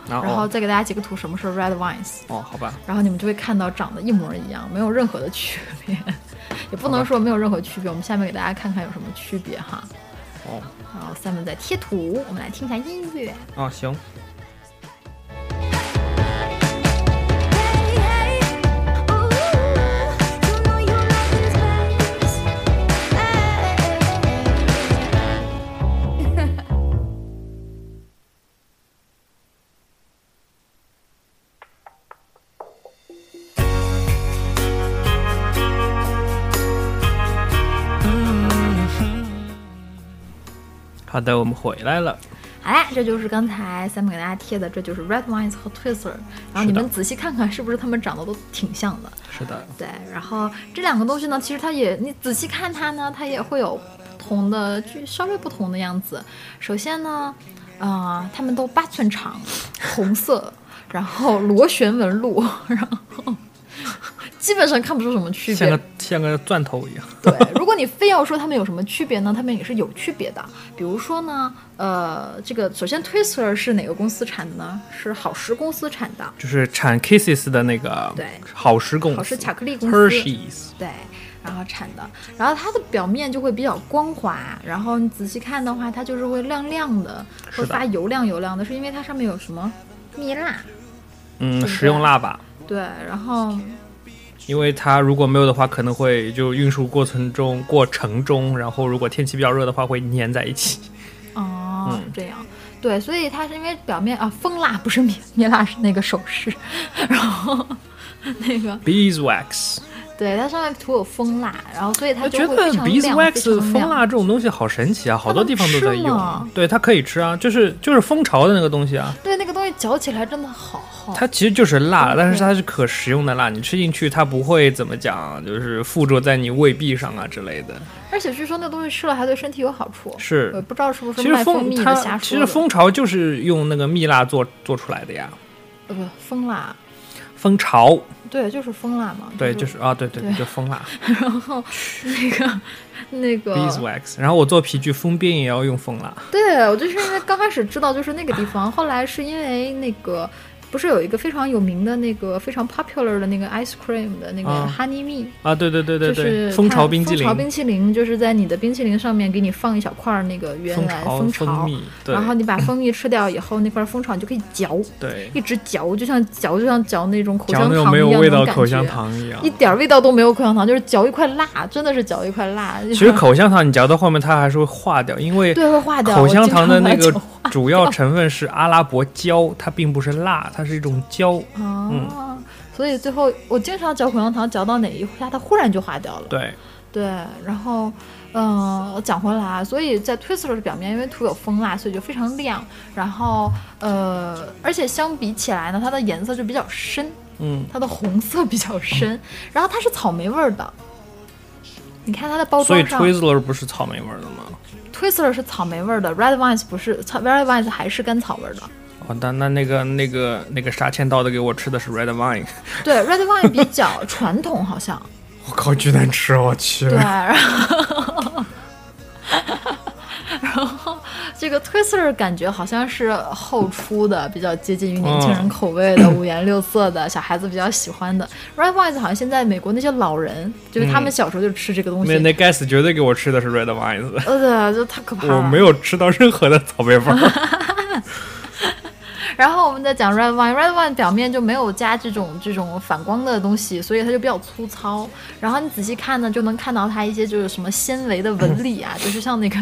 然 然后后再给大家截个图，什么是 Red Wines，哦，好吧，然后你们就会看到长得一模一样，没有任何的区别， 也不能说没有任何区别。我们下面给大家看看有什么区别哈。 哦然后三位在贴图，我们来听一下音乐。啊行， Hey, hey, ooh, 哦 you know you love 哎 these babies. Hey. 好的，我们回来了。好啦，这就是刚才 Sam 给大家贴的，这就是 Red Wines 和 Twister。然后你们仔细看看，是不是他们长得都挺像的？是的，对，然后这两个东西呢，其实它也，你仔细看它呢，它也会有不同的，就稍微不同的样子。首先呢，啊，它们都八寸长，红色，然后螺旋纹路，然后基本上看不出什么区像别个。像个钻头一样。对，如果你非要说它们有什么区别呢，它们也是有区别的。比如说呢，呃，这个首先 Twister 是哪个公司产的呢？是好时公司产的。就是产 Kisses 的那个对好时公司，好时巧克力公司 Hershey's，对，然后产的，然后它的表面就会比较光滑，然后你仔细看的话，它就是会亮亮的，是会的发油亮油亮的，是因为它上面有什么蜜蜡，嗯，食用蜡吧，对，然后因为它如果没有的话，可能会就运输过程中过程中，然后如果天气比较热的话，会粘在一 起。哦、嗯这样，对，所以它是因为表面啊蜂蜡不是蜜蜜蜡是那个首饰，然后那个 Beeswax，对它上面涂有蜂蜡，然后所以它我就觉得会非常亮 Beeswax 蜂蜡非常亮这种东西好神奇啊，好多地方都在它能吃吗用。对，它可以吃啊，就是就是蜂巢的那个东西啊，对那个东西嚼起来真的好好，它其实就是哦蜡，但是它是可食用的蜡，你吃进去它不会怎么讲，就是附着在你胃壁上啊之类的。而且据说那东西吃了还对身体有好处，是我也不知道是不是其实卖蜂蜂蜜的它瞎其说实的。蜂巢就是用那个蜜蜡做做出来的呀，呃不蜂蜡，蜂巢对，就是蜂蜡嘛。对，就是啊，对对嗯对对，就蜂蜡 然后那个那个， beeswax。然后我做皮具封边也要用蜂蜡，对我就是因为刚开始知道就是那个地方，后来是因为那个。不是有一个非常有名的那个非常 popular 的那个 ice cream 的那个啊 honey me，、啊，对对对对就是对，它蜂巢冰激蜂巢凌冰、淇淋就是在你的冰淇淋上面给你放一小块儿那个原蜂来巢、蜂蜂蜜，对然后你把蜂蜜吃掉以后，那块蜂巢你就可以嚼，对，一直嚼，就像嚼就像嚼那种口嚼香那糖种没有一样味那道种口感香觉糖一样一。点儿味道都没有口香糖，就是嚼一块蜡，真的是嚼一块蜡。其实 口香糖你嚼到后面它还是会化掉，因为对会化掉。口香糖的那我个经常把它嚼主要成分是阿拉伯胶，它并不是蜡，它是一种胶。嗯哦，所以最后我经常嚼口香糖，嚼到哪一下它忽然就化掉了。对，对，然后。嗯，讲回来啊，所以在 Twister 的表面，因为涂有蜂蜡，所以就非常亮。然后，呃，而且相比起来呢，它的颜色就比较深，嗯，它的红色比较深。然后它是草莓味儿的，你看它的包所以装上， Twizzler 不是草莓味儿的吗？ Twister 是草莓味儿的，Red Wines 不是草，Red Wines 还是甘草味儿的。哦，那那那个那个那个杀千刀的给我吃的是 red wine，对，red wine 比 较传统，好像我靠，巨难吃，我去对，然后然后这个 Twister 感觉好像是后出的，比较接近于年轻嗯人口味的，五颜六色的，小孩子比较喜欢的。Red wine 好像现在美国那些老人，就是他们小时候就吃这个东西嗯那，那该死，绝对给我吃的是 red wine，呃，就太可怕了。我没有吃到任何的草莓味 儿。然后我们再讲 red wine，red wine 表面就没有加这种这种反光的东西，所以它就比较粗糙。然后你仔细看呢，就能看到它一些就是什么纤维的纹 理啊，就是像那个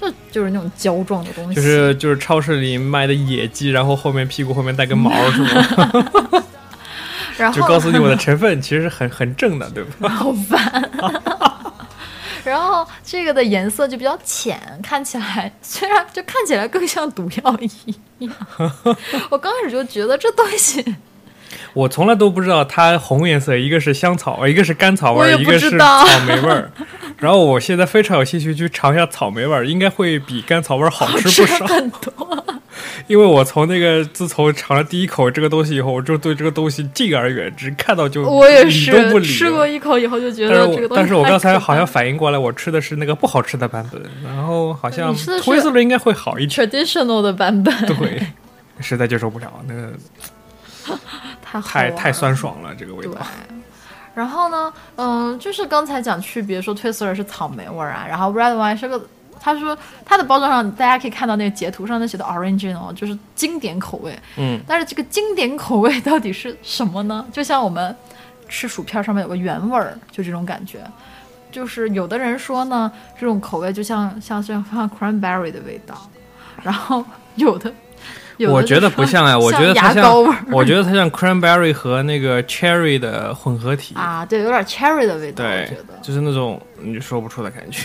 就就是那种胶状的东西。就是就是超市里卖的野鸡，然后后面屁股后面带根毛是 吗？然后就告诉你我的成分其实是很很正的，对吧？ 好烦。然后这个的颜色就比较浅，看起来虽然就看起来更像毒药 一样。我刚开始就觉得这东西我从来都不知道它红颜色，一个是香草味儿，一个是甘草味我也儿，不一个是知道草莓味儿。 然后我现在非常有兴趣去尝一下草莓味儿，应该会比甘草味儿好吃吃不少。很 多。因为我从那个自从尝了第一口这个东西以后，我就对这个东西敬而远之，看到就我也理都不是理。吃过一口以后就觉但是得这个我东西但是我太刚才可怕好像了反应过来，我吃的是那个不好吃的版本，然后好像你吃的是 t w i s t e 应该会好一 点。 traditional 的版本，对，实在接受不了，那个太好啊太玩太了酸爽了，这个味对道。。然后呢，嗯、就是刚才讲区别，说 Twister 是草莓味儿啊，然后 Red Wine 是个，他说它的包装上大家可以看到那个截图上面写的 Original，就是经典口味。嗯，但是这个经典口味到底是什么呢？就像我们吃薯片上面有个原味儿，就这种感觉。就是有的人说呢，这种口味就像像像像 cranberry 的味道，然后有的，有的我就觉得说不像 哎，我觉得它牙像膏味儿，我觉得它像 cranberry 和那个 cherry 的混合体。啊，对，有点 cherry 的味道，我对觉得，。就是那种你说不出的感觉，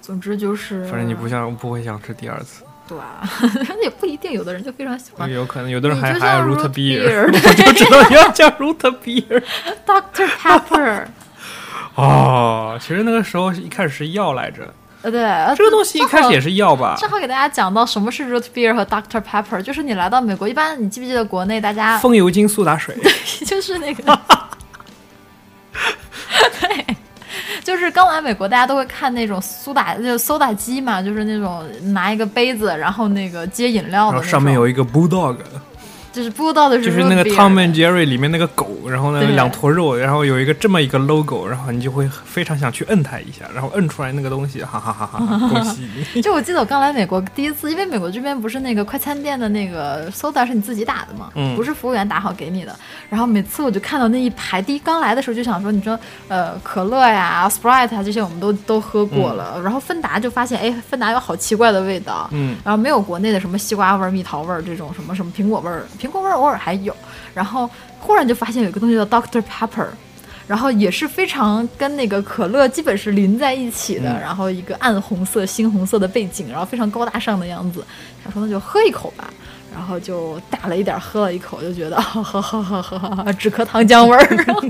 总之就是，反正你不像不会想吃第二次，对啊， 也不一定，有的人就非常喜欢有可能有的人你还就还要像 root root beer， beer 我就知道你要讲 root beer。 Doctor Pepper， 哦，其实那个时候一开始是药来着，呃，对，呃这个东西一开始也。是药吧正好正？好给大家讲到什么是 root beer 和 Doctor Pepper，就是你来到美国，一般你记不记得国内大家风油精苏打水， 就是那个，对，就是刚来美国，大家都会看那种苏打，就是苏打机嘛，就是那种拿一个杯子，然后那个接饮料然的后那上面种有一个 bulldog，就是不知道的就是那 root 个 beer Tom and Jerry 里面那个狗，然后呢对两坨肉，然后有一个这么一个 logo，然后你就会非常想去摁它一下，然后摁出来那个东西，哈哈哈哈哈，恭喜 你！就我记得我刚来美国第一次，因为美国这边不是那个快餐店的那个 soda 是你自己打的嘛，嗯不是服务员打好给你的。然后每次我就看到那一排，第一刚来的时候就想说，你说呃可乐呀、Sprite 啊这些我们都都喝过了，然后芬达就发现，哎，芬达有好奇怪的味道，嗯然后没有国内的什么西瓜味儿、蜜桃味儿这种什么什么苹果味儿，苹果味儿偶尔还有，然后忽然就发现有一个东西叫 Doctor Pepper。然后也是非常跟那个可乐基本是淋在一起的，嗯然后一个暗红色、猩红色的背景，然后非常高大上的样子。想说那就喝一口吧，然后就打了一点儿，喝了一口，就觉得啊，喝喝喝喝喝喝，止咳糖浆味儿， 然后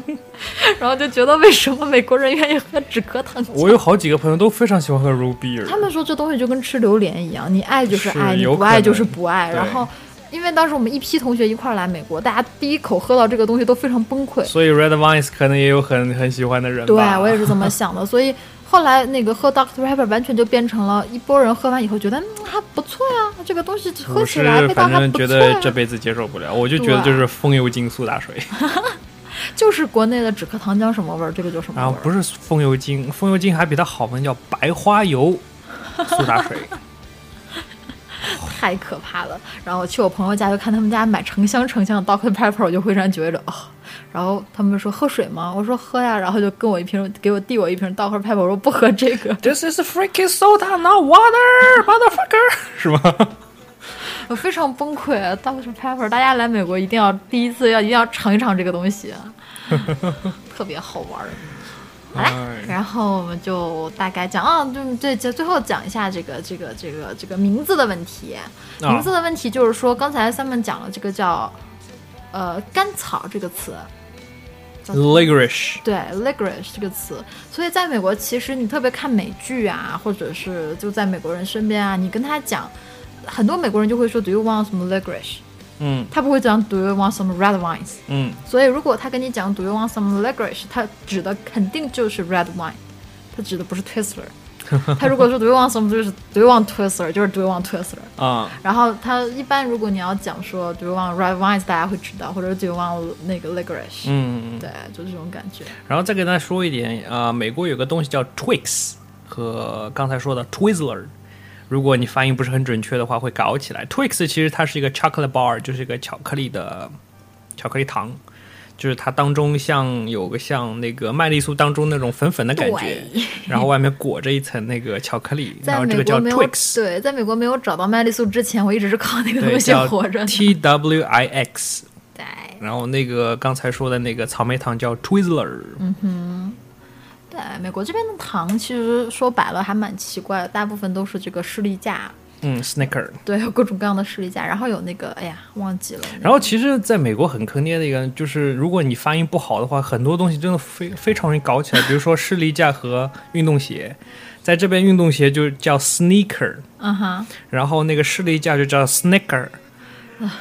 然后就觉得为什么美国人愿意喝止咳糖浆？我有好几个朋友都非常喜欢喝 r u b beer，他们说这东西就跟吃榴莲一样，你爱就是爱，是你有不可爱就是能不爱。对然后，因为当时我们一批同学一块儿来美国，大家第一口喝到这个东西都非常崩溃。所以 red wines 可能也有很很喜欢的人吧。对，我也是 这么想的。所以后来那个喝 Dr. Pepper 完全就变成了一波人喝完以后觉得、嗯、还不错呀、这个东西喝我起来是味道反还正不觉错得呀、这辈子接受不了，我就觉得就是风油精苏打水， 就是国内的止咳糖浆什么味儿，这个就什么然后味儿。不是风油精，风油精还比它好闻，叫白花油苏打 水。太可怕了。然后我去我朋友家，就看他们家买成箱成箱的 Dr Pepper，我就忽然觉着 哦。然后他们说喝水吗？我说喝呀。然后就跟我一瓶，给我递我一瓶 Dr Pepper，我说 不喝这个， This is freaking soda, not water, motherfucker，是吗？我非常崩溃。Dr 啊 Pepper，大家来美国一定要第一次要一定要尝一尝这个东西，啊 特别好玩儿。好啦哎，然后我们就大概讲啊，对对，就最后讲一下这个这个这个这个名字的问题。啊名字的问题就是说，刚才三们讲了这个叫呃甘草这个词， Ligrish，对 licorice 这个词，所以在美国其实你特别看美剧啊，或者是就在美国人身边啊，你跟他讲，很多美国人就会说 Do you want 什么 licorice？嗯他不会讲 Do you want some red wines？嗯所以如果他跟你讲 Do you want some licorice，他指的肯定就是 red wine，他指的不是 Twister。他如果说 Do you want some，就是 Do you want Twister，就是 Do you want Twister。啊然后他一般如果你要讲说 Do you want red wines，大家会知道，或者 Do you want 那个 licorice，、嗯，嗯对，就这种感觉。然后再跟大家说一点，呃，美国有个东西叫 Twix，和刚才说的 Twizzler，如果你发音不是很准确的话，会搞起来。Twix 其实它是一个 chocolate bar，就是一个巧克力的巧克力糖，就是它当中像有个像那个麦丽素当中那种粉粉的感觉，然后外面裹着一层那个巧克 力，然在后这个美国叫没有 Twix。对，在美国没有找到麦丽素之前，我一直是靠那个对，东西叫活着的。 T W I X，对，然后那个刚才说的那个草莓糖叫 Twizzler，对，美国这边的糖其实说白了还蛮奇怪的，大部分都是这个士力架，嗯，Snicker。对，有各种各样的士力架，然后有那个，哎呀，忘记了。然后其实，在美国很坑爹的一个，就是如果你发音不好的话，很多东西真的非非常容易搞起来。比如说士力架和运动鞋，在这边运动鞋就叫 sneaker，嗯哼，然后那个士力架就叫 snicker，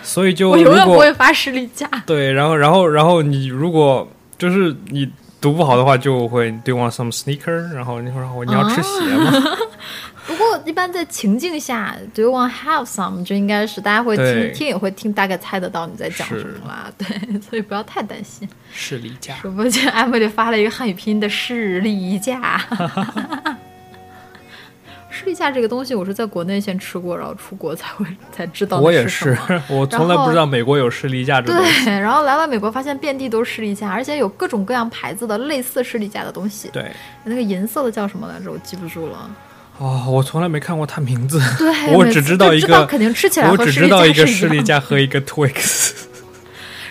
所以就我如永远不果会发士力架。对，然后然后然后你如果就是你读不好的话，就会 do you want some sneaker，然后你说我你要吃鞋 吗？不过一般在情境下，Do you want to have some？就应该是大家会对听听也会听，大概猜得到你在讲是什么啦。对， 所以不要太担心。士力架，主播间 Emily 发了一个汉语拼音的士力架。 士力架这个东西，我是在国内先吃过，然后出国才会才知道那我也是是什么。，我从来不知道美国有士力架这个东西。对，然后来到美国，发现遍地都是士力架，而且有各种各样牌子的类似士力架的东西。对，那个银色的叫什么来着？我记不住了。哦，我从来没看过它名字。对，我每只次知就道一知个，肯定吃起来我和只士知力道架一个是士样力的。架和一个 Twix，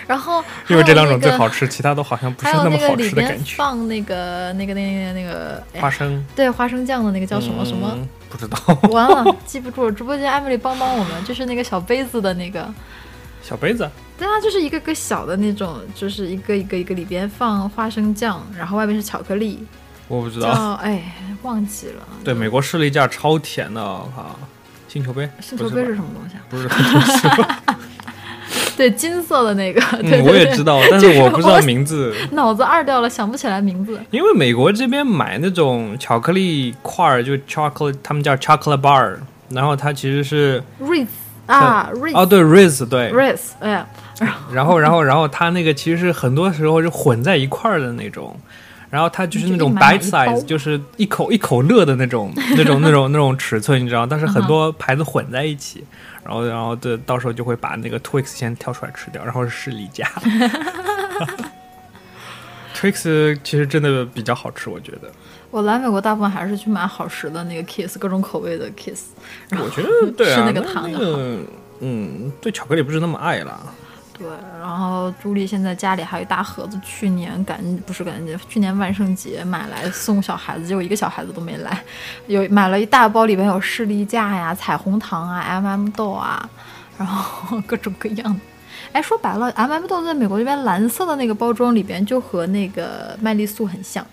然后因为还这有两种那最个好吃，其他都好像不是还有那那么个好里吃的边感觉。放那个那个那个那个哎花生对花生酱的那个叫什么什么？嗯不知道， 完了，记不住了。直播间艾米丽帮帮我们，就是那个小杯子的那个，小杯子，对啊，就是一个个小的那种，就是一个一个一个里边放花生酱，然后外面是巧克力，我不知道。叫哎忘记了。对，美国士力架超甜的啊！星球杯，星球不杯是是吧什么东西啊？不是很 多西吧？对，金色的那个。对嗯，我也知。道，但是我不知道我名字。 对对脑子二掉了，想不起来名字。因为美国这边买那种巧克力块儿，就 chocolate，他们叫 chocolate bar，然后它其实是 Ritz 啊哦， ，Ritz 对，Ritz，对 Ritz，哎呀，然后，然后，然后它那个其实很多时候是混在一块儿的那种，然后它就是那种就一买 bite 一包 size，就是一口一口乐的那种、那种、那种、那种尺寸，你知道？但是很嗯多牌子混在一起，然后，然后这到时候就会把那个 Twix 先挑出来吃掉，然后是士力 架。Twix 其实真的比较好吃，我觉得，我来美国大部分还是去买好吃的那个 Kiss，各种口味的 Kiss。我觉得对啊，哦是那个那糖那就个嗯，对巧克力不是那么爱啦。对，然后朱莉现在家里还有一大盒子，去年感恩不是感恩节，去年万圣节买来送小孩子，结果一个小孩子都没来，有买了一大包，里面有士力架呀、彩虹糖啊、MM 豆啊，然后各种各样的。哎，说白了，MM 豆在美国这边蓝色的那个包装里边就和那个麦丽素很像，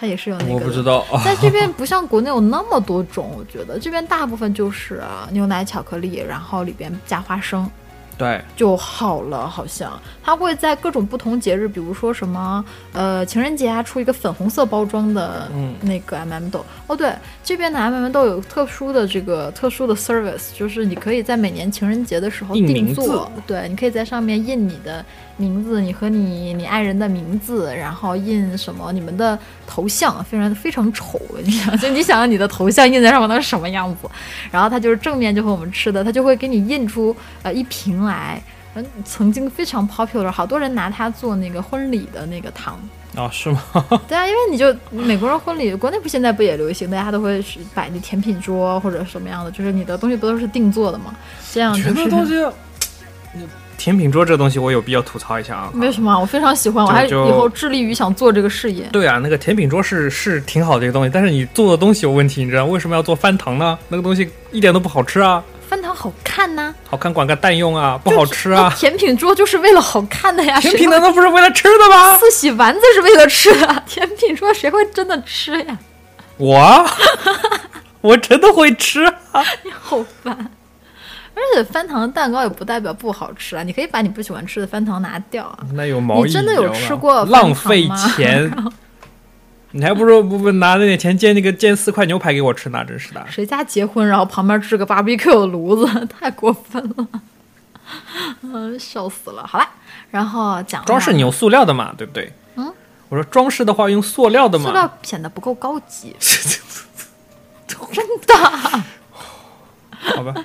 它也是有那个。我不知。道啊，在这边不像国内有那么多种，我觉得这边大部分就是、啊、牛奶、巧克力，然后里边加花生，对，就好了，好像它会在各种不同节日，比如说什么呃情人节啊，出一个粉红色包装的嗯那个 MM 豆。哦，对，这边的 MM 豆有特殊的这个特殊的 service，就是你可以在每年情人节的时候印定名字做，对，你可以在上面印你的名字，你和你你爱人的名字，然后印什么你们的头像，非常非常丑，你想就你想想你的头像印在上面那是什么样子？然后它就是正面就和我们吃的，它就会给你印出呃一瓶来。嗯，曾经非常 popular，好多人拿它做那个婚礼的那个糖。啊是吗？对啊，因为你就美国人婚礼，国内不现在不也流行，大家都会是摆那甜品桌或者什么样的，就是你的东西不都是定做的嘛？这样啊就觉得是东西，甜品桌这东西我有必要吐槽一下啊。没什么啊，我非常喜欢，我就还以就后致力于想做这个事业。对啊，那个甜品桌是是挺好的一个东西，但是你做的东西有问题，你知道为什么要做翻糖呢？那个东西一点都不好吃啊，翻糖好看呐、好看管个蛋用啊，不不好吃啊。甜品桌就是为了好看的呀，甜谁品会难道不是为了吃的 吗？慈禧丸子是为了吃的， 甜品桌谁会真的吃呀？ 我啊，我真的会吃啊。好烦。而且翻糖蛋糕也不代表不好吃啊，你可以把你不喜欢吃的翻糖拿掉啊。那有毛意你义真的有吃过好饭不好浪堂费吗钱， 你还不如不不拿那点钱煎那个煎四块牛排给我吃呢，真是的。谁家结婚，然后旁边支个 barbecue 炉子， 太过分了。嗯，笑死了。好啦，然后讲了装饰你用塑料的嘛，对不对？嗯。我说装饰的话用塑料的嘛。塑料显得不够高 级，真的。好吧。好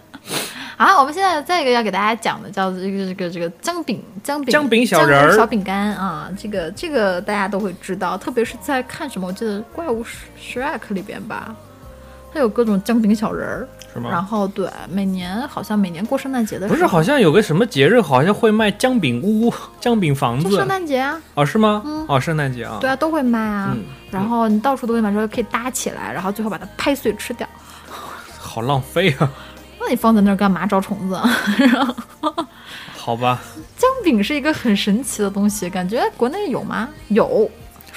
啊了，我们现在再一个要给大家讲的叫这个这个这个姜饼姜饼姜饼小人儿姜饼小饼干啊，这个这个大家都会知道，特别是在看什么，我记得《怪物史 Shrek》里边吧，它有各种姜饼小人儿。是吗然后对，每年好像每年过圣诞节的啊时候，不是，好像有个什么节日，好像会卖姜饼屋、姜饼房就子圣，诞节啊，哦，是吗？嗯哦，圣诞节啊，对啊，都会卖啊。嗯然后你到处都会买，之后可以搭起来，然后最后把它拍碎吃掉。好浪费啊， 那你放在那儿干嘛？招虫子啊？ 然后好吧。姜饼是一个很神奇的东西，感觉国内有吗？有，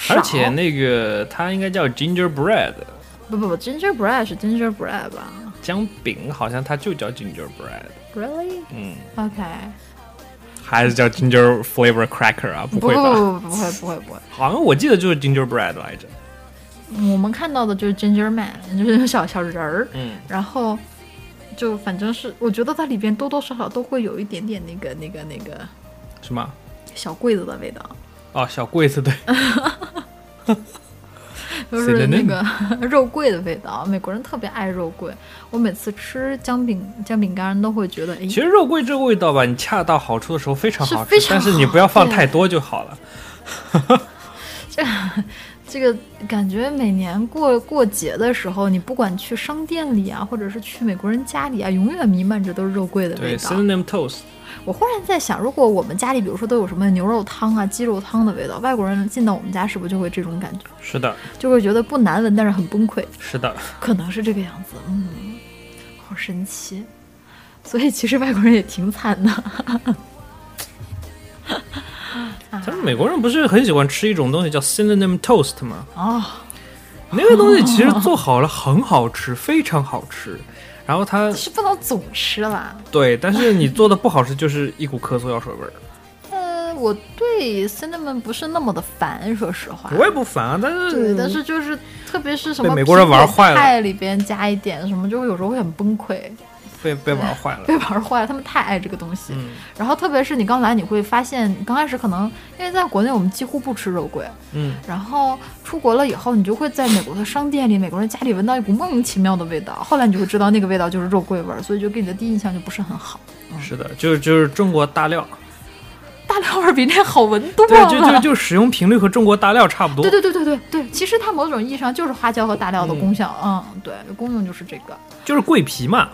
而少且那个它应该叫 gingerbread 不不不，gingerbread 是 gingerbread 吧姜饼，好像它就叫 gingerbread， ？Really？嗯， OK，还是叫 ginger flavor cracker 啊？不不不会吧？不不不会不会不会，好像我记得就是 gingerbread 来着，我们看到的就是 ginger man，就是 小小人儿，嗯，然后就反正是我觉得它里边多多少少都会有一点点那个那个那个是吗？小柜子的味道，哦，小柜子对，就是那个 肉桂的味道。美国人特别爱肉桂，我每次吃姜饼姜饼干都会觉得，哎其，实肉桂这个味道吧，你恰到好处的时候非常好吃，是非常但是你不要放好太多就好了。这个感觉每年过过节的时候，你不管去商店里啊，或者是去美国人家里啊，永远弥漫着都是肉桂的对味道。 ，cinnamon toast，我忽然在想，如果我们家里比如说都有什么牛肉汤啊、鸡肉汤的味道，外国人进到我们家是不是就会这种感觉，是的，就会觉得不难闻，但是很崩溃，是的，可能是这个样子。嗯，好神奇。所以其实外国人也挺惨的。啊咱们美国人不是很喜欢吃一种东西叫 cinnamon toast 吗？哦，那个东西其实做好了很好吃，非常好吃。然后 它是不能总吃啦。对，但是你做的不好吃，就是一股咳嗽药水 味儿。呃，我对 cinnamon 不是那么的烦，说实话。我也不烦啊，但是对，但是就是特别是什被么美国人玩坏了嗯菜里边加一点什么，就会有时候会很崩溃，被被玩坏 了。被玩坏了。他们太爱这个东西，嗯然后特别是你刚来，你会发现你刚开始可能因为在国内我们几乎不吃肉桂，嗯，然后出国了以后，你就会在美国的商店里、美国人家里闻到一股莫名其妙的味道，后来你就会知道那个味道就是肉桂味儿，所以就给你的第一印象就不是很好。是的，就是就是中国大料，大料味儿比那好闻多对了。，就就就使用频率和中国大料差不多。对对对对对对，其实它某种意义上就是花椒和大料的功效，嗯对，功用就是这个。就是桂皮嘛，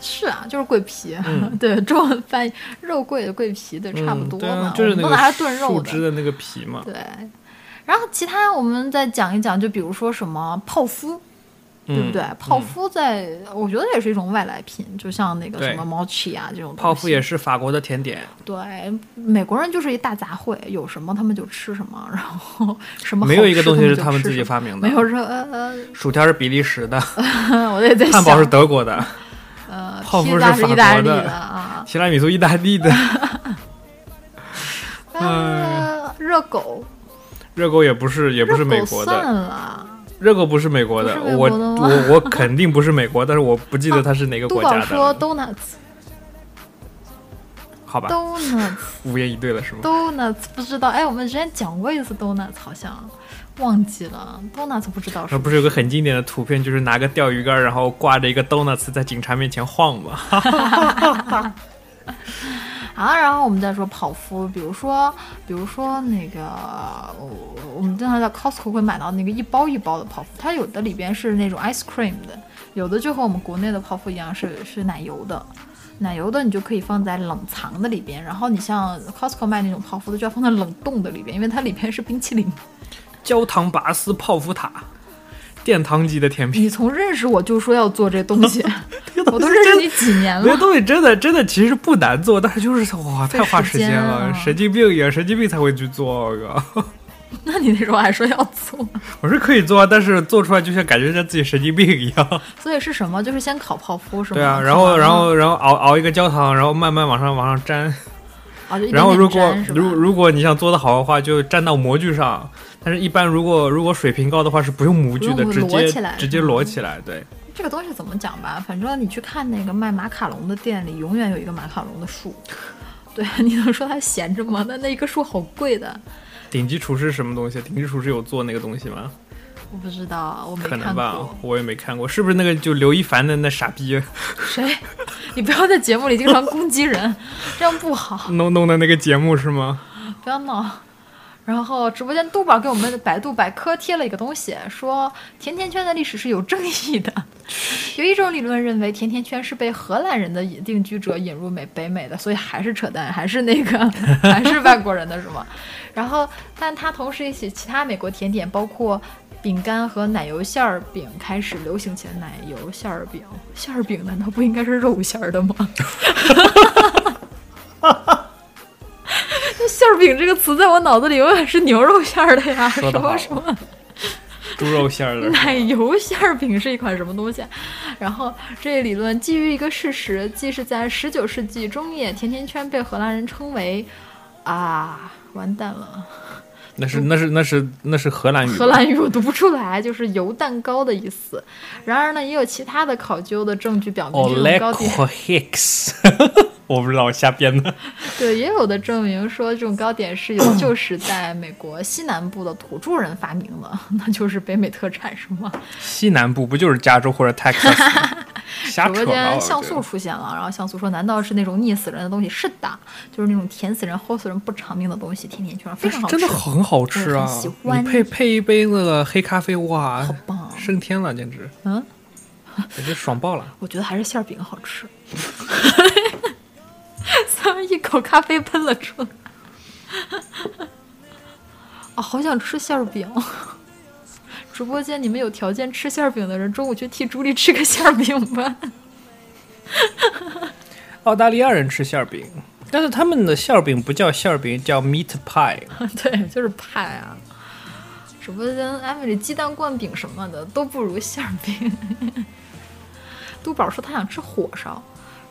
是啊，就是桂皮，嗯 对，中文翻译肉桂的桂皮，对，嗯差不多对嘛，啊，就是我们那都拿来个炖树肉枝的，的那个皮嘛。对。然后其他我们再讲一讲，就比如说什么泡芙，嗯对不对？泡嗯芙在、我觉得也是一种外来品，就像那个对什么 mochi 啊这种东西泡芙也是法国的甜点，对，美国人就是一大杂烩，有什么他们就吃什么，然后什么没有一个东西是他他们自己发，发明的。没有热呃薯条是比利时的，呃， 我也在 想，汉堡是德国的，呃，泡芙披是萨法是意国大利的啊，提拉米苏意大利 的，哎呃，热狗，热狗也不是，也不是美国热狗的算，了。热狗不是美国的，不是美我国的吗我我肯定不是美国，但是我不记得它是哪个杜国宝家说的， donuts 好吧， donuts 无言以对了是吗？ donuts 不知道，哎，我们之前讲过一次 donuts，好像忘记了 donuts 不知道是那不是有个很经典的图片，就是拿个钓鱼竿，然后挂着一个 donuts 在警察面前晃吗？ 啊，然后我们再说泡芙，比如说，比如说那个，我我们经常在 Costco 会买到那个一包一包的泡芙，它有的里边是那种 ice cream 的，有的就和我们国内的泡芙一样是是奶油的。奶油的你就可以放在冷藏的里边，然后你像 Costco 卖那种泡芙的就要放在冷冻的里边，因为它里边是冰淇淋。焦糖拔丝泡芙塔，殿堂级的甜品。你从认识我就说要做这东 西，我都认识你几年那个了，东西真的真的其实不难做，但是就是哇，太花时费时间了，啊神经病也神经病才会去做。我靠 那你那时候还说要做，我是可以做啊，但是做出来就像感觉像自己神经病一 样。所以是什么？就是先烤泡芙是吗？对啊，烤然后完然了后然后熬熬一个焦糖，然后慢慢往上往上粘。啊，就一点然后点如果粘是吧如如果你想做的好的话，就粘到模具上。但是，一般如果如果水平高的话是不用模具的，不用直摞接起来直接是吗摞起来。对，这个东西怎么讲吧，反正你去看那个卖马卡龙的店里，永远有一个马卡龙的树。对， 你能说它闲着吗？那那一个树好贵的，顶级厨师是什么东西？顶级厨师有做那个东西吗？我不知道，我没可能看吧过。，我也没看过。是不是那个就刘一凡的那傻逼谁？ 你不要在节目里经常攻击人，这样不好，弄弄的那个节目是吗？不要闹。 然后直播间豆宝给我们的百度百科贴了一个东西，说甜甜圈的历史是有争议的。有一种理论认为甜甜圈是被荷兰人的定居者引入美北美的，所以还是扯淡，还 是那个还是外国人的是吗？然后，但它同时也使其他美国甜点，包括饼干和奶油馅儿饼开始流行起来。奶油馅儿饼，馅儿饼难道不应该是肉馅儿 的吗？那馅儿饼这个词在我脑子里永远是牛肉馅儿的呀，什说得么好什么。猪肉馅儿的。 奶油馅儿饼是一款什么东西啊？然后这理论基于一个事实，即是在十九世纪中叶，甜甜圈被荷兰人称为啊，完蛋了， 那是那是那是那是荷兰语吧， 荷兰语我读不出来，就是油蛋糕的意思。然而呢，也有其他的考究的证据表明这种糕 Oleco 点 Hicks，我 不知道，我瞎编的。 对，也有的证明说这种糕点是由旧时代美国西南部的土著人发明的， 那就是北美特产是吗？西南部不就是加州或者 Texas？吗 瞎直扯吧！播间我像觉素得出现了，然后像素说：“难道是那种腻死人的东西？”是的，就是那种甜死人、齁死人、不偿命的东西，甜甜圈非常好吃，哎真的很好吃啊！我很喜你欢配配一杯那个黑咖啡，哇，好棒啊升天了，简直，嗯，简直爽爆了！我觉得还是馅儿饼好吃。 三一口咖啡喷了出来，啊，好想吃馅儿饼。直播间你们有条件吃馅儿饼的人，中午去替朱莉吃个馅儿饼吧。澳大利亚人吃馅儿饼，但是他们的馅儿饼不叫馅儿饼，叫 meat pie。 对，就是派啊。直播间艾米丽鸡蛋灌饼什么的都不如馅儿饼。杜宝说他想吃火烧，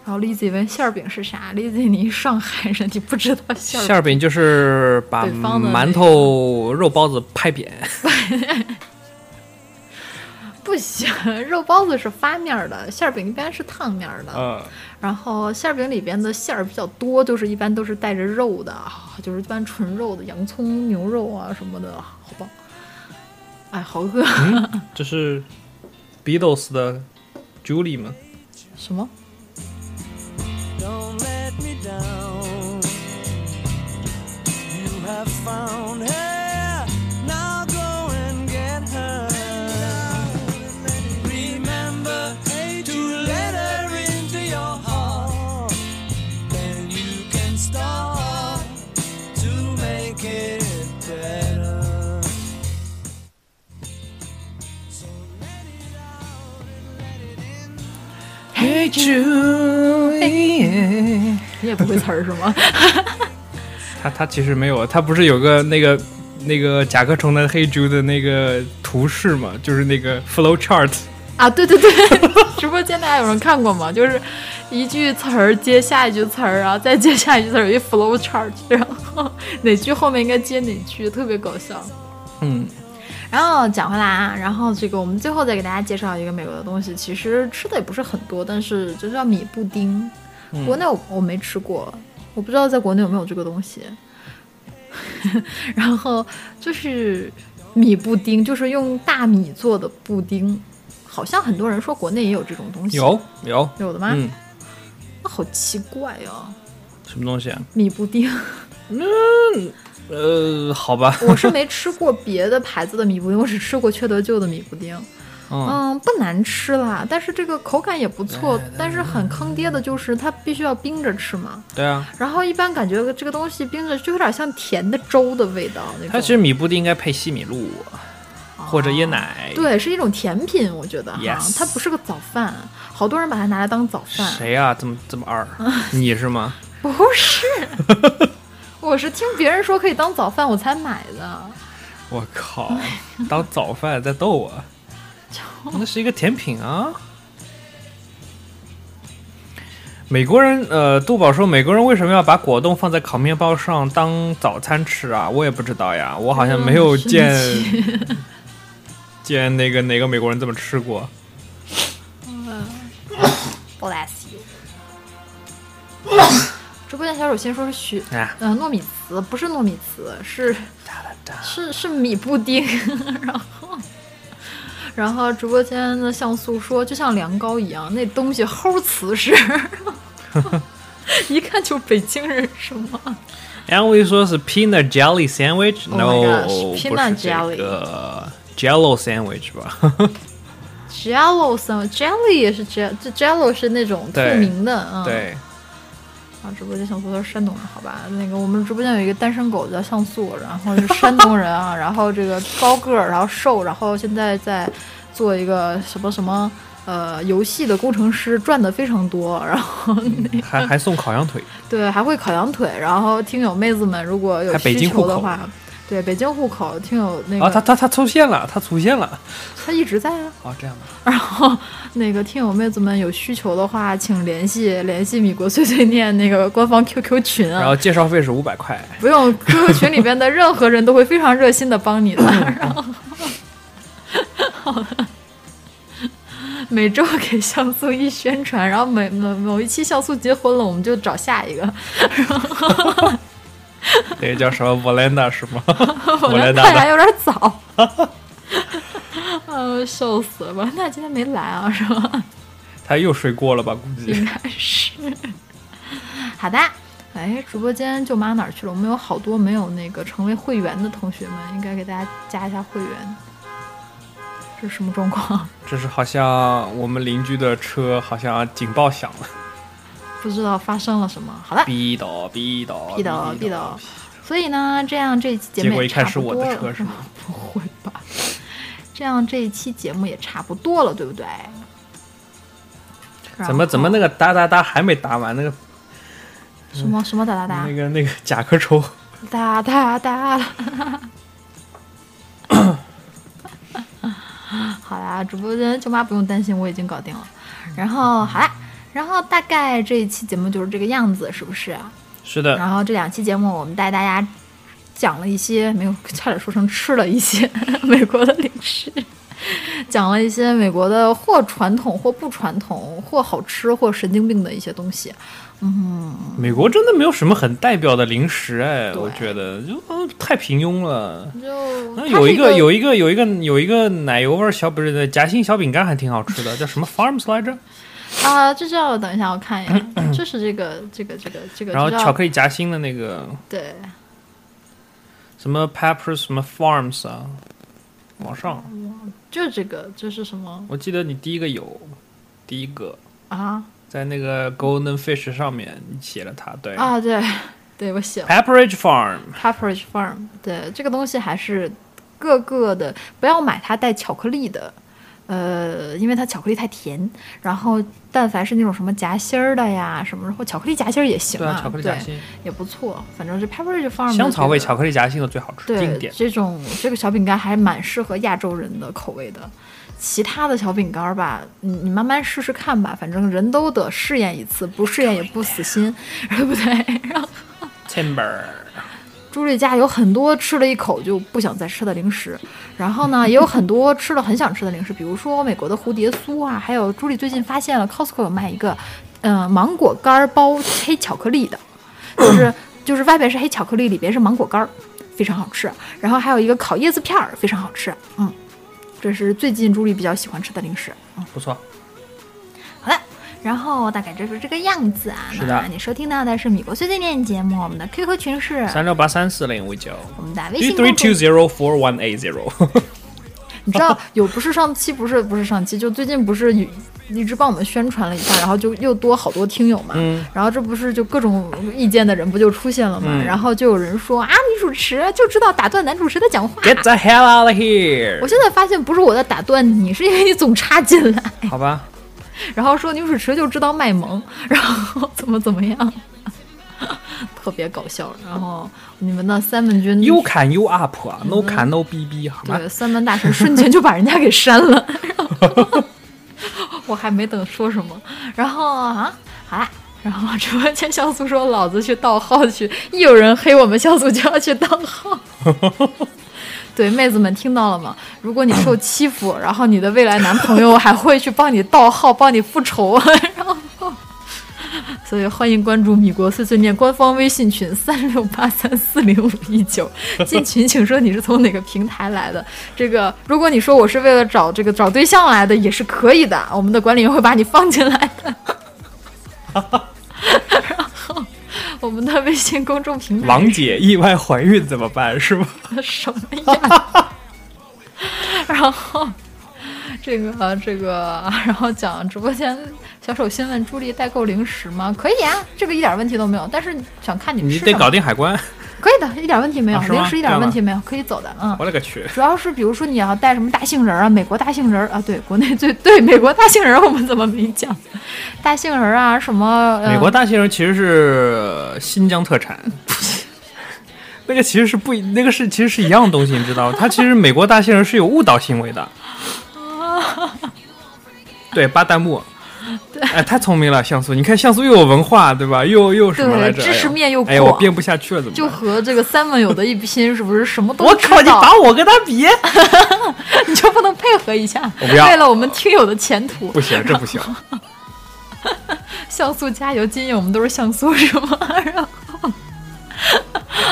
然后栗子以为馅儿饼是啥？栗子，你一上海人，你不知道馅儿馅儿饼就是把北方的那馒个头、肉包子拍扁，不行，肉包子是发面儿的，馅儿饼一般是烫面儿的。嗯，然后馅儿饼里边的馅儿比较多，就是一般都是带着肉的，啊就是一般纯肉的，洋葱、牛肉啊什么的，好棒。哎，好饿。 这是 Beatles 的 Julie 吗？什么？ Don't let me down. You have found her. Now go and get her. Remember to let her into your heart. Then you can start to make it better. So let it out and let it in. Hey Julie，你也不会词儿是吗？他他其实没有，他不是有个那个那个甲壳虫的黑 Jude 的那个图示嘛，就是那个 flow chart，啊，对对对，直播间大家有人看过吗？就是一句词儿接下一句词儿，然后再接下一句词儿，有一 flow chart，然 后哪句后面应该接哪句，特别搞笑。嗯，然后讲回来啊，然后这个我们最后再给大家介绍一个美国的东西，其实吃的也不是很多，但是就叫米布丁，国内我我没吃过，我不知道在国内有没有这个东西。 然后就是米布丁，就是用大米做的布丁，好像很多人说国内也有这种东西，有有，有的吗？嗯，那好奇怪哦，什么东西啊？米布丁。呃，好吧， 我是没吃过别的牌子的米布丁，我只吃过缺德舅的米布丁。嗯，哎嗯，不难吃啦，但是这个口感也不错。但是很坑爹的就是它必须要冰着吃嘛，对啊，然后一般感觉这个东西冰着就有点像甜的粥的味道那种。它其实米布丁应该配西米露或者椰奶，，对，是一种甜品，我觉得哈 Yes 它不是个早饭，好多人把它拿来当早饭。谁啊，这么这么二，啊你是吗？ 不是，我是听别人说可以当早饭我才买的。我靠，当早饭在逗我，那是一个甜品啊。美国人，呃，杜宝说美国人为什么要把果冻放在烤面包上当早餐吃啊？我也不知道呀，我好像没有生见气 见那个哪个美国人这么吃过。 Bless you。直播间小手先说是许，啊呃，糯米糍不是糯米糍，是是是米布丁。 然后，然后直播间的像素说，就像凉糕一样，那东西齁 瓷实，一看就北京人是吗？安徽说是 peanut jelly Oh my sandwich，no，、 gosh，不是 peanut 这个 jello sandwich 吧？嗯 Jello 什么 Jelly 也是 Jell，这 Jello 是那种透对明的，嗯，。对，啊，直播间像素都是山东人，好吧？那个我们直播间有一个单身狗叫像素，然后是山东人啊，然后这个高个儿，然后瘦，然后现在在做一个什么什么呃游戏的工程师，赚的非常多，然后那还还送烤羊腿， 对还会烤羊腿，然后听友妹子们如果有还北需京求户的口话，对北京户口听友那个、啊，他他他出现了，他出现了，他一直在啊，哦，这样的。然后那个听友妹子们有需求的话，请联系联系米国碎碎念那个官方 QQ 群啊然，后介绍费是五百块， 不用 QQ 群里边的任何人都会非常热心的帮你的。然后，每周给像素一宣传，然后每某某一期像素结婚了，我们就找下一个。那个叫什么 Valenda 是 吗？我来 Valenda 看来的有点早。 呃，笑死了！王大今天没来啊，是吧？他又睡过了吧？估应计该是。 好的，哎，直播间舅妈哪儿去了？我们有好多没有那个成为会员的同学们，应该给大家加一下会员。这是什么状况？ 这是好像我们邻居的车好像警报响了，不知道发生了什么。好了，逼倒逼倒逼倒逼倒。所以呢，这样这一期节结目果也一看差是不我多了。的车是吗？ 不会吧？这样这一期节目也差不多了，对不对？怎么怎么那个哒哒哒还没打完那个然后什么什么哒哒哒那个那个甲壳虫，哒哒哒哒。好啦，直播间舅妈不用担心，我已经搞定了。然后好啦，然后大概这一期节目就是这个样子，是不是？啊是的，然后这两期节目我们带大家讲了一些没有，差点说成吃了一些美国的零食，讲了一些美国的或传统或不传统或好吃或神经病的一些东西。美国真的没有什么很代表的零食哎，我对觉得就、嗯太平庸了。就那它有是一一个个有一个有一个有一个奶油味儿小不是夹心小饼干还挺好吃的，叫什么 Farms 来着？啊、这叫等一下我看一 眼，这是这个这个这个这个，然后这叫巧克力夹心的那个对，什么 Pepper 什么 Farms 啊，往上，嗯就这个这是什么我记得你第一个有，第一个啊在那个 Golden Fish 上面你写了它，对、啊对对，我写了。 p e p p e r a g e Farm， Pepperidge Farm，对这个东西还是各个的，不要买它带巧克力的，呃，因为它巧克力太甜。然后但凡是那种什么夹心儿的呀，什么然后巧克力夹心儿也行对啊，巧克力夹心，对也不错。反正是 Pepperidge Farm 的香草味这个巧克力夹心的最好吃，经对典。这种这个小饼干还蛮适合亚洲人的口味的。其他的小饼干儿吧，你你慢慢试试看吧，反正人都得试验一次，不试验也不死心， 对不对？然后 Timber，朱莉家有很多吃了一口就不想再吃的零食，然后呢，也有很多吃了很想吃的零食，比如说美国的蝴蝶酥啊，还有朱莉最近发现了 Costco 有卖一个，呃，芒果干儿包黑巧克力的， 就是就是外边是黑巧克力，里边是芒果干儿，非常好吃。然后还有一个烤椰子片儿，非常好吃。嗯，这是最近朱莉比较喜欢吃的零食。不错，好的，然后大概就是这个样子啊。是的那你收听到的是米国碎碎念节目，我们的 QQ 群是三六八三四零五九。我们的微 Three 信公 three 众 two zero four one eight zero， 你知道有不是上期不是不是上期，就最近不是一直帮我们宣传了一下，然后就又多好多听友嘛。嗯然后这不是就各种意见的人不就出现了嘛？嗯然后就有人说啊，女主持就知道打断男主持的讲话。 ，Get the hell out of 我 here，现在发现不是我在打断你，是因为你总插进来，好吧，然后说女主持就知道卖萌，然后怎么怎么样。 特别搞笑。然后你们的三门君 You can you up 啊，No can no bb 好吗嗯对，？三门大神瞬间就把人家给删了。 我还没等说什么，然后啊，好啦，然后直播间像素说老子去盗号去，一有人黑我们像素就要去盗号。 对，妹子们听到了吗？如果你受欺负，然后你的未来男朋友还会去帮你盗号，帮你复仇，啊然后。所以欢迎关注米国碎碎念官方微信群三六八三四零五一九，进群请说你是从哪个平台来的。这个，如果你说我是为了找这个找对象来的，也是可以的，我们的管理员会把你放进来的。然后我们的微信公众平台王姐意外怀孕怎么办？是吧？什么呀？然后这个这个，然后讲直播间小手心问朱莉代购零食吗？可以啊，这个一点问题都没有。但是想看你 们你吃得什搞么，定海关。可以的，一点问题没有，啊是吗零食一这点样问吧题没有，可以走的，嗯。我勒个去！主要是比如说你要带什么大杏仁儿啊，美国大杏仁儿啊，对，国内最对美国大杏仁儿我们怎么没讲？大杏仁儿啊，什么、呃、美国大杏仁其实是新疆特产， 那个其实是不一，那个是其实是一样的东西，你知 道吗？它其实美国大杏仁是有误导行为的。哦对，巴旦木。哎，太聪明了，像素！你看像素又有文化，对吧？又又什么来着？对知识面又哎呀，哎呀我广编不下去了，怎么就办？和这个三文有的一拼，是不是什么都我知靠！你道把我跟他 比，你 就不能配合一下？我不要为了我们听友的前途不，行，这不行。像素加油！今夜我们都是像素，是吗？ 然后。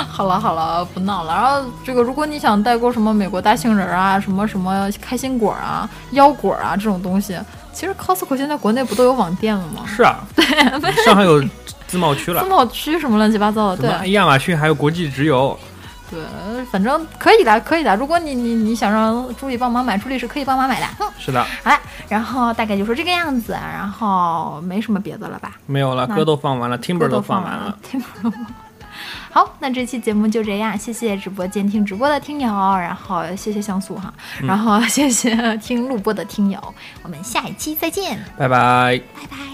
好了好了，不闹了。然后这个，如果你想代购什么美国大杏仁儿啊，什么什么开心果啊、腰果啊这种东西，其实 Costco 现在国内不都有网店了吗？是啊，上海有自贸区了自，贸区什么乱七八糟的，什么对哎亚马逊还有国际直邮，对，反正可以的，可以的。如果你你你想让朱莉帮忙买，朱莉是可以帮忙买的。哼，是的，好了，然后大概就说这个样子，啊然后没什么别的了吧。没有了，那歌都放完了歌，Timber 都都放放完了 了。，听不懂。好，那这期节目就这样，谢谢直播间听直播的听友，然后谢谢像素哈，嗯然后谢谢听录播的听友，我们下一期再见，拜拜。拜拜。